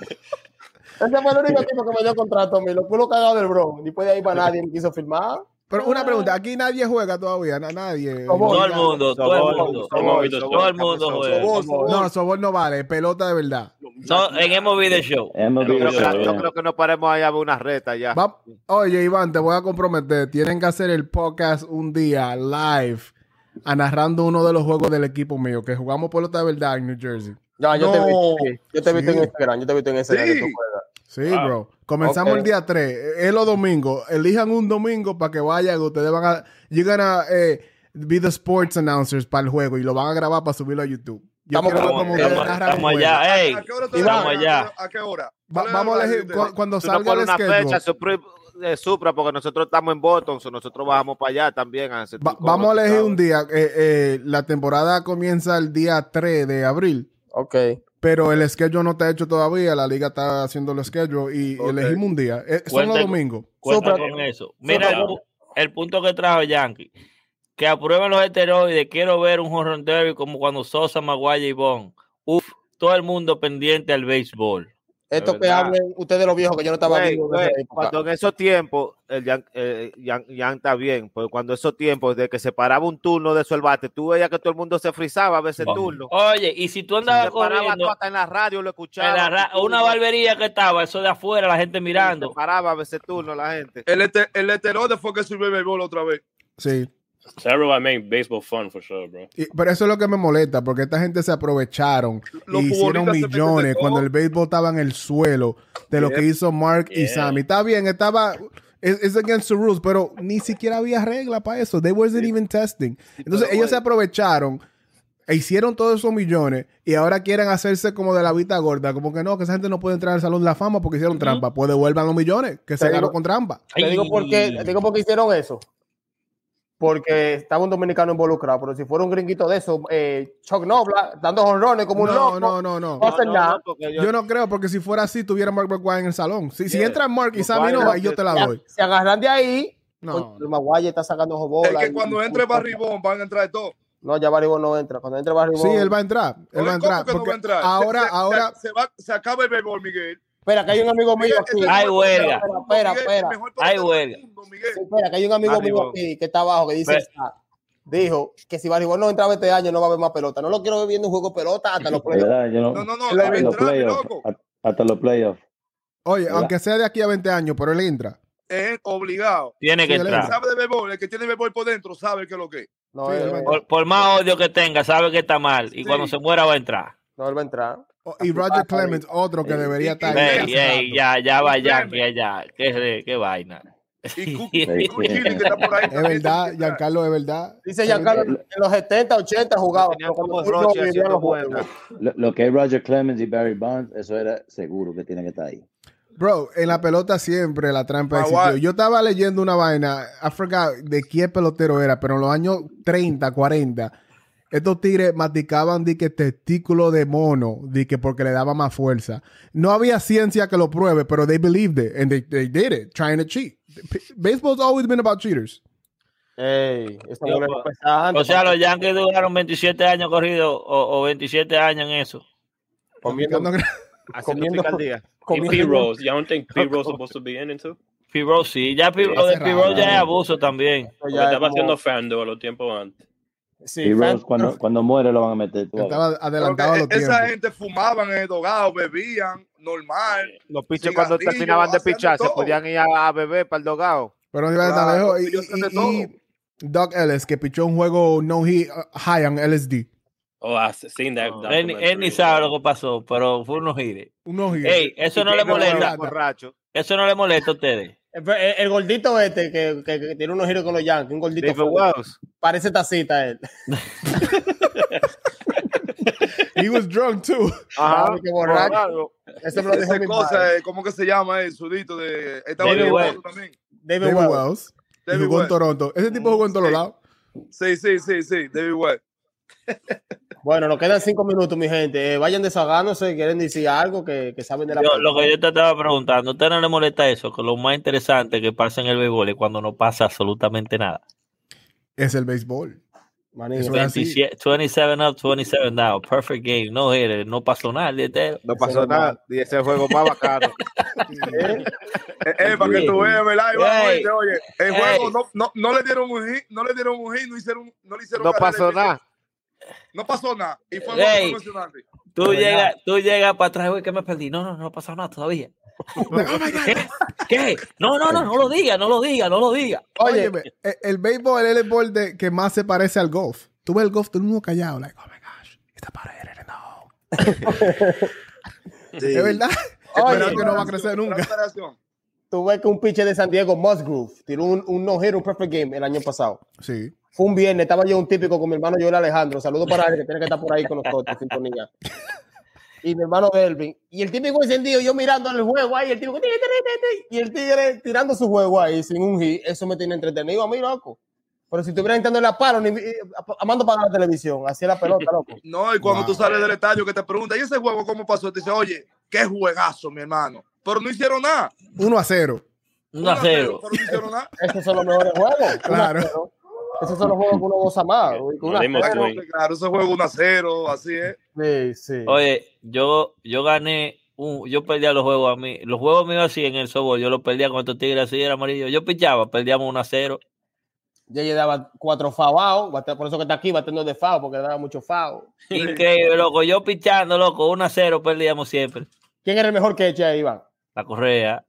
fue el único tipo que me dio contrato a mí, los Q lo cagado del bro. Después de ahí para nadie me quiso firmar. Pero una pregunta, aquí nadie juega todavía, na- nadie. Sobol. Todo el ya. mundo, todo el mundo. Hemos visto Todo show. el mundo juega. Sobol, sobol. No, sobor no vale, pelota de verdad. No, en hemos video show. Hemos Yo creo, visto, que, Eso, yo eh. creo que nos paremos allá a una reta ya. Va- Oye, Iván, te voy a comprometer. Tienen que hacer el podcast un día live, a narrando uno de los juegos del equipo mío, que jugamos pelota de verdad en New Jersey. Ya, yo te No. vi. sí, Yo te he visto Sí. en Instagram, yo te he visto en Instagram. Sí. que tú juegas. Sí, Wow. bro. Comenzamos Ok. el día 3. Es los domingos. Elijan un domingo para que vayan. Ustedes van a. You're gonna eh, be the sports announcers para el juego y lo van a grabar para subirlo a YouTube. Yo Estamos quiero ver como- cómo ustedes Estamos, narran el estamos juego. allá, ey. ¿A qué hora ustedes Estamos juegan? ¿A allá. qué hora- ¿A qué hora? Va- ¿Cuál es el vamos a horario elegir de cu- ustedes? cuando Tú no salga pones el una schedule. fecha, Supra, eh, Supra, porque nosotros estamos en Boston, so nosotros bajamos para allá también. a hacer Va- tu cover, vamos a tú elegir sabes. un día. eh, eh, la temporada comienza el día 3 de abril, Ok. pero el schedule no está hecho todavía. La liga está haciendo el schedule y elegimos un día. Eh, son los Cuenta- domingos. Cuenta Supra- con eso. Mira el, Supra- pu- el punto que trajo Yankee. Que aprueben los esteroides. Quiero ver un jonrón derby como cuando Sosa, Maguire y Bon. Uf, todo el mundo pendiente al béisbol. Esto Es que verdad. hablen ustedes los viejos que yo no estaba Güey, vivo en güey, esa época. cuando en esos tiempos, el Yan, eh, Yan- Yan está bien, pues cuando esos tiempos de que se paraba un turno de su el bate, tú veías que todo el mundo se frizaba a veces el turno. Oye, y si tú andabas Se paraba tú corriendo hasta en la radio, lo en escuchaba. la ra- una barbería que estaba, eso de afuera, la gente Se mirando. paraba a veces turno la gente. El, ete- el heteroide fue que sirvió el bola otra vez. Sí. So everyone made baseball fun for sure, bro. Y- pero eso es lo que me molesta, porque esta gente se aprovecharon Los y futbolistas hicieron se meten de millones todo. cuando el béisbol estaba en el suelo de lo que hizo Mark y Yeah. Sammy. Está bien, estaba. Es es against the rules, pero ni siquiera había regla para eso. They wasn't even testing. Entonces pero, ellos se güey. aprovecharon e hicieron todos esos millones y ahora quieren hacerse como de la vista gorda. Como que no, que esa gente no puede entrar al Salón de la Fama porque hicieron trampa. Pues devuelvan los millones, que se Pero- ganó con trampa. Te digo por qué, te digo por qué hicieron eso. Porque estaba un dominicano involucrado, pero si fuera un gringuito de eso, eh, Chuck Nobla, dando jonrones como un No, loco, no, no, no. no hacen nada. porque yo- Yo no creo, porque si fuera así, tuviera Mark McGuire en el salón. Si, si Yeah. entra Mark y Sammy McGuire, no, ahí yo te la Se- doy. Se agarran de ahí. No. el Maguire está sacando Es bola. que cuando entre Barribón van a entrar todos. No, ya Barribón no entra. Cuando entre Barribón. Sí, él va a entrar. Él va a Oye, ¿cómo entrar. que no porque va a entrar? Se- Ahora, se, se- ahora. Se, va, se acaba el béisbol, Miguel. este Espera, que hay un amigo mío aquí. Ay, güey. huelga. Espera, espera. Ay, huelga. Sí, espera, que hay un amigo mío Barribón. aquí que está abajo que dice Pero- Isaac, dijo que si Barribón no entraba este año no va a haber más pelota. No lo quiero ver viendo un juego de pelota hasta los De playoffs. verdad, yo no- No, no, no, Él a Hasta los entrar, mi playoffs. loco. Hasta- Hasta los playoffs. Oye, ¿Verdad? aunque sea de aquí a 20 años, pero él entra. Es obligado. Tiene que Sí, El que entrar. Atlanta. sabe de béisbol, el que tiene béisbol por dentro, sabe que es lo que es. No, Sí, él, él va a entrar. Por, por más odio que tenga, sabe que está mal. Y Sí. cuando se muera va a entrar. no, él va a entrar. Oh, O- Y Roger Clemens, otro eh, que Ey, debería ey, estar ahí. Ey, hace ey, rato. ya, ya va Un Yankee, meme. allá. Qué, re- qué vaina. Y Cookie, Chile, que está por ahí. Es también tiene verdad, que entrar. Giancarlo, es verdad. Dice Giancarlo, en los 70, 80 jugaba. Tenían pero cuando como tú no Roche vivías haciendo los buena. juegos. Lo, lo que es Roger Clemens y Barry Bonds, eso era seguro que tiene que estar ahí. Bro, en la pelota siempre la trampa existió. Yo estaba leyendo una vaina, I forgot de qué pelotero era, pero en los años 30, 40, estos tigres masticaban de que testículo de mono, de que porque le daba más fuerza. No había ciencia que lo pruebe, pero they believed it and they, they did it, trying to cheat. Baseball's always been about cheaters. Ey, esto Yo, lo que empezaba antes, O sea, los Yankees duraron 27 años corridos o, o 27 años en eso. comiendo, Cuando- haciendo comiendo- pica al día. Y Comiendo- P-Rose. You don't think P-Rose supposed to be in it too? Fibro sí, ya Fibro, hace de Fibro rato, ya ¿no? es abuso también. Esto Porque Pues ya es estaba como- haciendo Fando a los tiempos antes. sí, Y Rose, fan- cuando, cuando muere, lo van a meter. tú vas a ver. Estaba adelantado a los Porque e- esa tiempos. gente fumaban en el dogado, bebían, normal. Los piches cuando Cigarrillo, terminaban de haciendo pichar, se todo. podían ir a, a beber para el dogado. Pero no iba tan Claro, lejos. Y, ellos hacen y- de todo. y Doc Ellis, que pichó un juego no hit, uh, high on LSD. Oh, I've seen Ah. that Él, ni- él ni documentary. sabe lo que pasó, pero fue unos gires. Un no hit. Ey, eso no le molesta. Borracho. Eso no le molesta a ustedes. el, el gordito este que, que- que tiene unos giros con los Yankees, un gordito. David feo. Wells. Parece tacita él. He was drunk too. Ajá. Ay, qué Ah, borracho. Ah, Borracho. Ese me lo dijo Esa mi cosa, padre. eh, ¿cómo que se llama el sudito de estaba David en el Wells. otro también? David, David Wells. Wells. Y David jugó en Wells. Toronto. Ese tipo jugó en todos Sí. lados. Sí, sí, sí, sí, David Wells. Bueno, nos quedan cinco minutos, mi gente. Eh, vayan desahogándose, quieren decir algo que, que saben de la Yo- pelota. lo que yo te estaba preguntando, ¿a usted no le molesta eso? Que lo más interesante que pasa en el béisbol es cuando no pasa absolutamente nada. Es el béisbol. Manín, Eso es así. 27, 27 up, 27 down. Perfect game. No hitter, no pasó nada. literal. No pasó nada. Y ese juego más bacano. Eh, eh, para que tú veas, ¿verdad? Iván? Ey. Oye, oye, el Ey. juego no, no, no le dieron un hit, no le dieron un hit, no hicieron, no le hicieron No carrera pasó al picheo. nada. No pasó nada. Y fue Ey. muy emocionante. Tú llegas tú llega para atrás, güey, que me perdí. No, no, no ha pasado nada todavía. ¿Qué? ¿Qué? No, no, no, no lo diga, no lo diga, no lo diga. Oye, el, e, el béisbol es el deporte que más se parece al golf. Tú ves el golf, todo el mundo callado. Like, oh my gosh, esta pared, no. Es verdad. Pero que no va a crecer nunca. Tú ves que un pitcher de San Diego, Musgrove, tiró un, un no-hitter, un perfect game el año pasado. Sí. Fue un viernes, estaba yo un típico con mi hermano Joel Alejandro. Saludos para él, que tiene que estar por ahí con nosotros, sintonía. Y mi hermano Delvin. Y el típico encendido, yo mirando el juego ahí, el típico. "Ti, ti, ti, ti", Y el tigre tirando su juego ahí sin un hit. Eso me tiene entretenido a mí, loco. Pero si estuviera intentando la paro, ni, eh, amando para la televisión, así es la pelota, loco. No, y cuando Wow. tú sales del estadio que te preguntan, ¿y ese juego cómo pasó? Te dice, oye, qué juegazo, mi hermano. Pero no hicieron nada. 1 a 0. 1 a Uno 0. Pero no hicieron nada. Esos son los mejores juegos. Claro. Uno, Esos son los juegos que uno goza más. Nos Una- dimos Bueno, pues, swing. claro, ese juego 1 a 0, así es. Sí, sí. Oye, yo, yo gané, un, yo perdía los juegos a mí. Los juegos míos así en el softball, yo los perdía con estos tigres así, era amarillo. Yo pichaba, perdíamos 1 a 0. Yeye daba cuatro fao, por eso que está aquí batiendo de fao, porque daba mucho fao. Increíble, loco. Yo pichando, loco, 1 a 0 perdíamos siempre. ¿Quién era el mejor que eché ahí, Iván? La correa.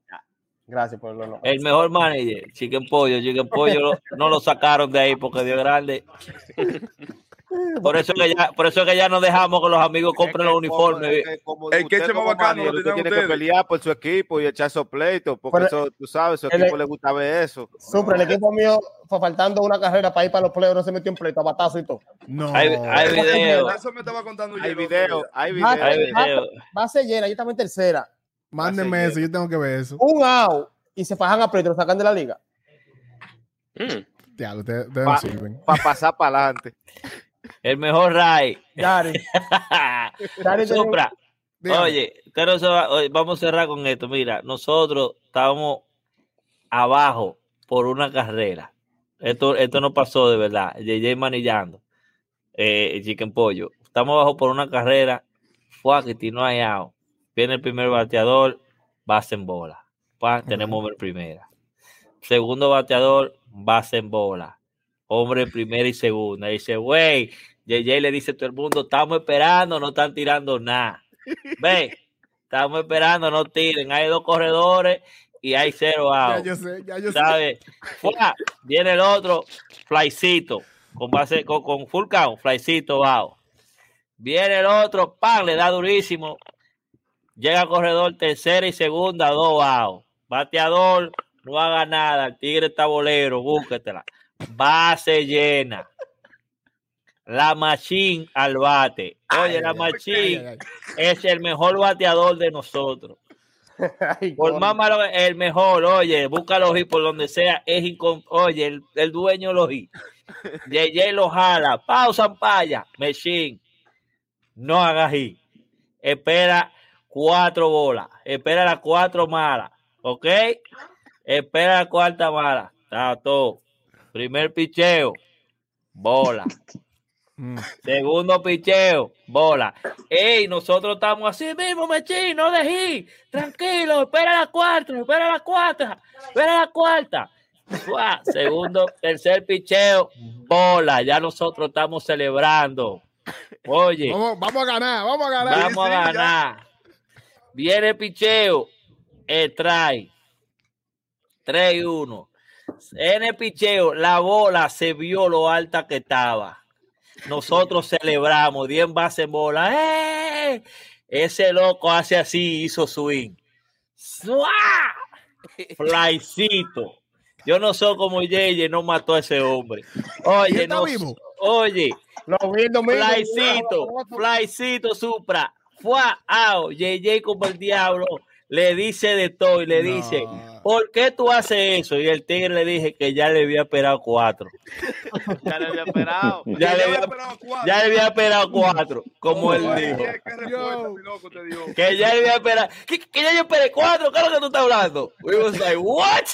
Gracias por el honor. El mejor manager, Chicken Pollo. Chicken Pollo lo- no lo sacaron de ahí porque dio grande. Por eso que ya, por eso que ya nos dejamos que los amigos compren los uniformes. El queche más bacano lo Usted tenían tiene que ustedes. pelear por su equipo y echar esos pleitos, porque Pero- eso, tú sabes, su el- equipo le gusta ver eso. Supra, el equipo mío fue faltando una carrera para ir para los playoffs, no se metió en pleito, a batazo y todo. No. Hay, hay video, Eso me estaba contando yo Hay el otro video, día. hay Ah, hay video. video. Va a ser llena, yo estaba en tercera. Mándenme eso, yo tengo que ver eso. Un out y se fajan a pleito, lo sacan de la liga. Mm. Ya, ustedes ustedes no Pa- sirven. Para pasar para adelante. El mejor Ray. Yari, Yari tenía- Supra. Dígame. Oye, usted no se va- oye, vamos a cerrar con esto. Mira, nosotros estábamos abajo por una carrera. Esto, esto no pasó de verdad. JJ manillando. Eh, Chicken Pollo. Estamos abajo por una carrera. Fue que tiró ahí out. Viene el primer bateador, base en bola. Pa, tenemos hombre en primera. Segundo bateador, base en bola. Hombre en primera y segunda. Dice, güey, JJ le dice a todo el mundo, estamos esperando, no están tirando nada. Ve, estamos esperando, no tiren. Hay dos corredores y hay cero Ya out. yo sé, ya yo sé. ¿Sabes? Fuá, viene el otro, flycito, con base, con, con full count, flycito out. Viene el otro, pan, le da durísimo. Llega al corredor, tercera y segunda, dos out. Bateador, no haga nada. El tigre está bolero, búsquetela. Base llena. La Machín al bate. Oye, la Ay, ay, Machín ay, ay. es el mejor bateador de nosotros. Ay, Por coño. más malo, el mejor. Oye, busca los hits por donde sea. Es incom- Oye, el, el dueño de los hits. JJ lo jala. Pausa, paya. Mechín. No hagas hit. Espera cuatro bolas. Espera las cuatro malas. ¿Ok? Espera la cuarta mala. Está todo. Primer picheo. Bola. Segundo picheo, bola. Ey, nosotros estamos así mismo, Mechín, no dejí. Tranquilo, espera la cuarta, espera la cuarta, espera la cuarta. Guau, Segundo, tercer picheo, bola. Ya nosotros estamos celebrando. Oye, Vamos, vamos a ganar, vamos a ganar. vamos a sí, ya. ganar. Viene picheo, eh, trae. 3 y 1. En el picheo, la bola se vio lo alta que estaba. Nosotros celebramos 10 bases en bola. ¡Eh! Ese loco hace así, hizo swing. ¡Sua! Flycito. Yo no soy como Yeye, no mató a ese hombre. ¿Y Oye, está no, vivo? oye, Lo vi el domingo. Flycito, Flycito Supra, fue ao, JJ como el diablo, le dice de todo y le No. dice, ¿por qué tú haces eso? Y el tigre le dije que ya le había esperado cuatro. Ya le había esperado. Ya le había, ya le había esperado cuatro, como él Oye, dijo. ¿qué respuesta, mi loco, te dio? Que ya le había esperado, que, que ya yo esperé cuatro, ¿qué es lo que tú estás hablando? We was like, what?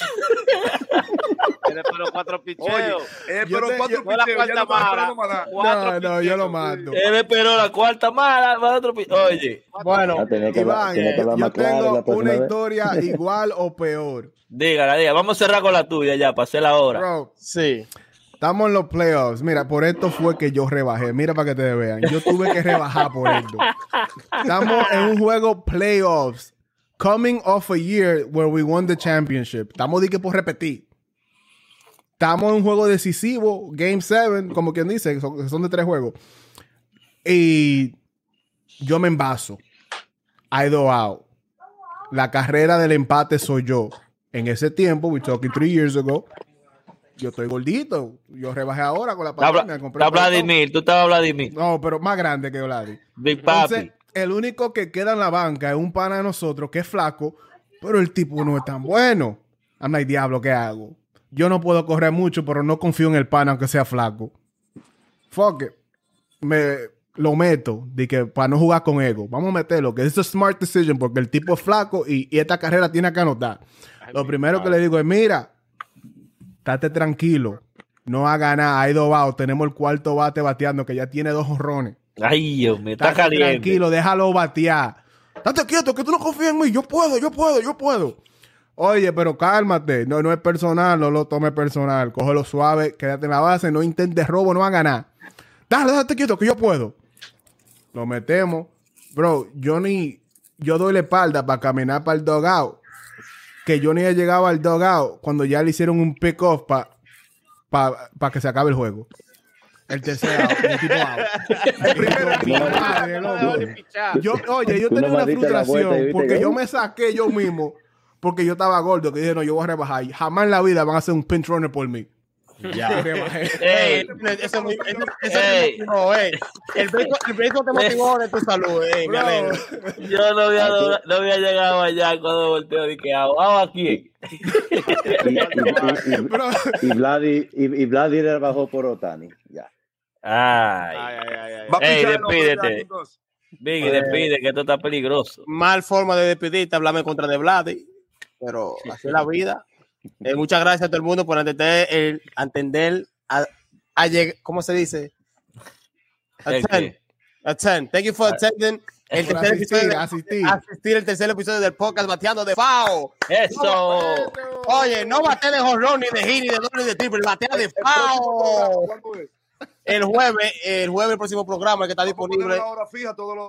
Tiene pero cuatro Oye, picheos. eh, Yo pero te- cuatro yo- Fue la picheos, ya no cuarta estaba mala. esperando más nada. No, Cuatro no, yo lo mando. Él esperó la cuarta mala, más otro pi- Oye, Bueno, Ah, tenía que hablar- Iván, tenía que yo, hablar yo más claro tengo la próxima una vez. historia igual o peor. dígala, dígala, vamos a cerrar con la tuya ya, pasé la hora. Bro, sí. estamos en los playoffs. Mira, por esto fue que yo rebajé. Mira para que te vean. Yo tuve que rebajar por esto. Estamos en un juego playoffs. Coming off a year where we won the championship. Estamos de que por repetir. Estamos en un juego decisivo, Game 7, como quien dice, son, son de tres juegos. Y yo me envaso. I do out. La carrera del empate soy yo. En ese tiempo, we're talking three years ago, yo estoy gordito. Yo rebajé ahora con la Está pandemia. Bla- compré está pelotón. Vladimir, tú estabas Vladimir, No, pero más grande que Vladi. Big Entonces, Papi. el único que queda en la banca es un pana de nosotros que es flaco, pero el tipo no es tan bueno. I'm like, diablo, ¿qué hago? Yo no puedo correr mucho, pero no confío en el pana aunque sea flaco. Fuck it. Me lo meto, de que para no jugar con ego. Vamos a meterlo, que es a smart decision porque el tipo es flaco y, y esta carrera tiene que anotar. Lo primero que le digo es, mira, estate tranquilo. No haga nada, hay dos baos. Tenemos el cuarto bate bateando que ya tiene dos horrones. Ay, Dios mío, está Estate caliente. Tranquilo, déjalo batear. Estate quieto, que tú no confías en mí. Yo puedo, yo puedo, yo puedo. Oye, pero cálmate. No, no es personal, no lo tomes personal. Cógelo suave, quédate en la base, no intentes robo, no haga nada. Dale, date quieto, que yo puedo. Lo metemos. Bro, Johnny, yo doy la espalda para caminar para el dogout. Que Johnny ya llegaba al dogout cuando ya le hicieron un pick-off para que se acabe el juego. El tercer out, el tipo out. El primero, madre, No loco. dejó ni pichar. Yo, oye, yo Tú tenía nomás una diste la frustración vuelta y viste porque que- yo me saqué yo mismo porque yo estaba gordo, que dije, no, yo voy a rebajar. Y Jamás en la vida van a hacer un pin runner por mí. Ya. Rebajé. Ey, Eso, me- eso, eso Ey. me motivó, eh. El béisbol el béisbol te motivó de tu salud, eh. me alegro. yo no había, no, había llegado allá cuando volteo y que hago, hago aquí. Y, y, y- Bro, y Vladi y, y Vladi rebajó por Otani. Ya. Ay, Ay, ay, ay, ay. Va a Ey, pichar el hombre de despídete. Dani, entonces. Biggie, despide que esto está peligroso. Mal forma de despedirte, hablarme en contra de Vladi, pero así es la vida. Eh, muchas gracias a todo el mundo por entender, el, entender a, a lleg- ¿cómo se dice? ¿El Attend. qué? Attend. Thank you for attending. El por tercer asistir, episodio, asistir. asistir el tercer episodio del podcast Bateando de FAO. Eso. Oye, no bate de jorrón, ni de hit, ni de doble, ni de triple. Batea de El próximo programa, FAO. ¿cuándo es? El jueves, el jueves, el próximo programa que está Vamos a ponerlo disponible. a la hora fija todos los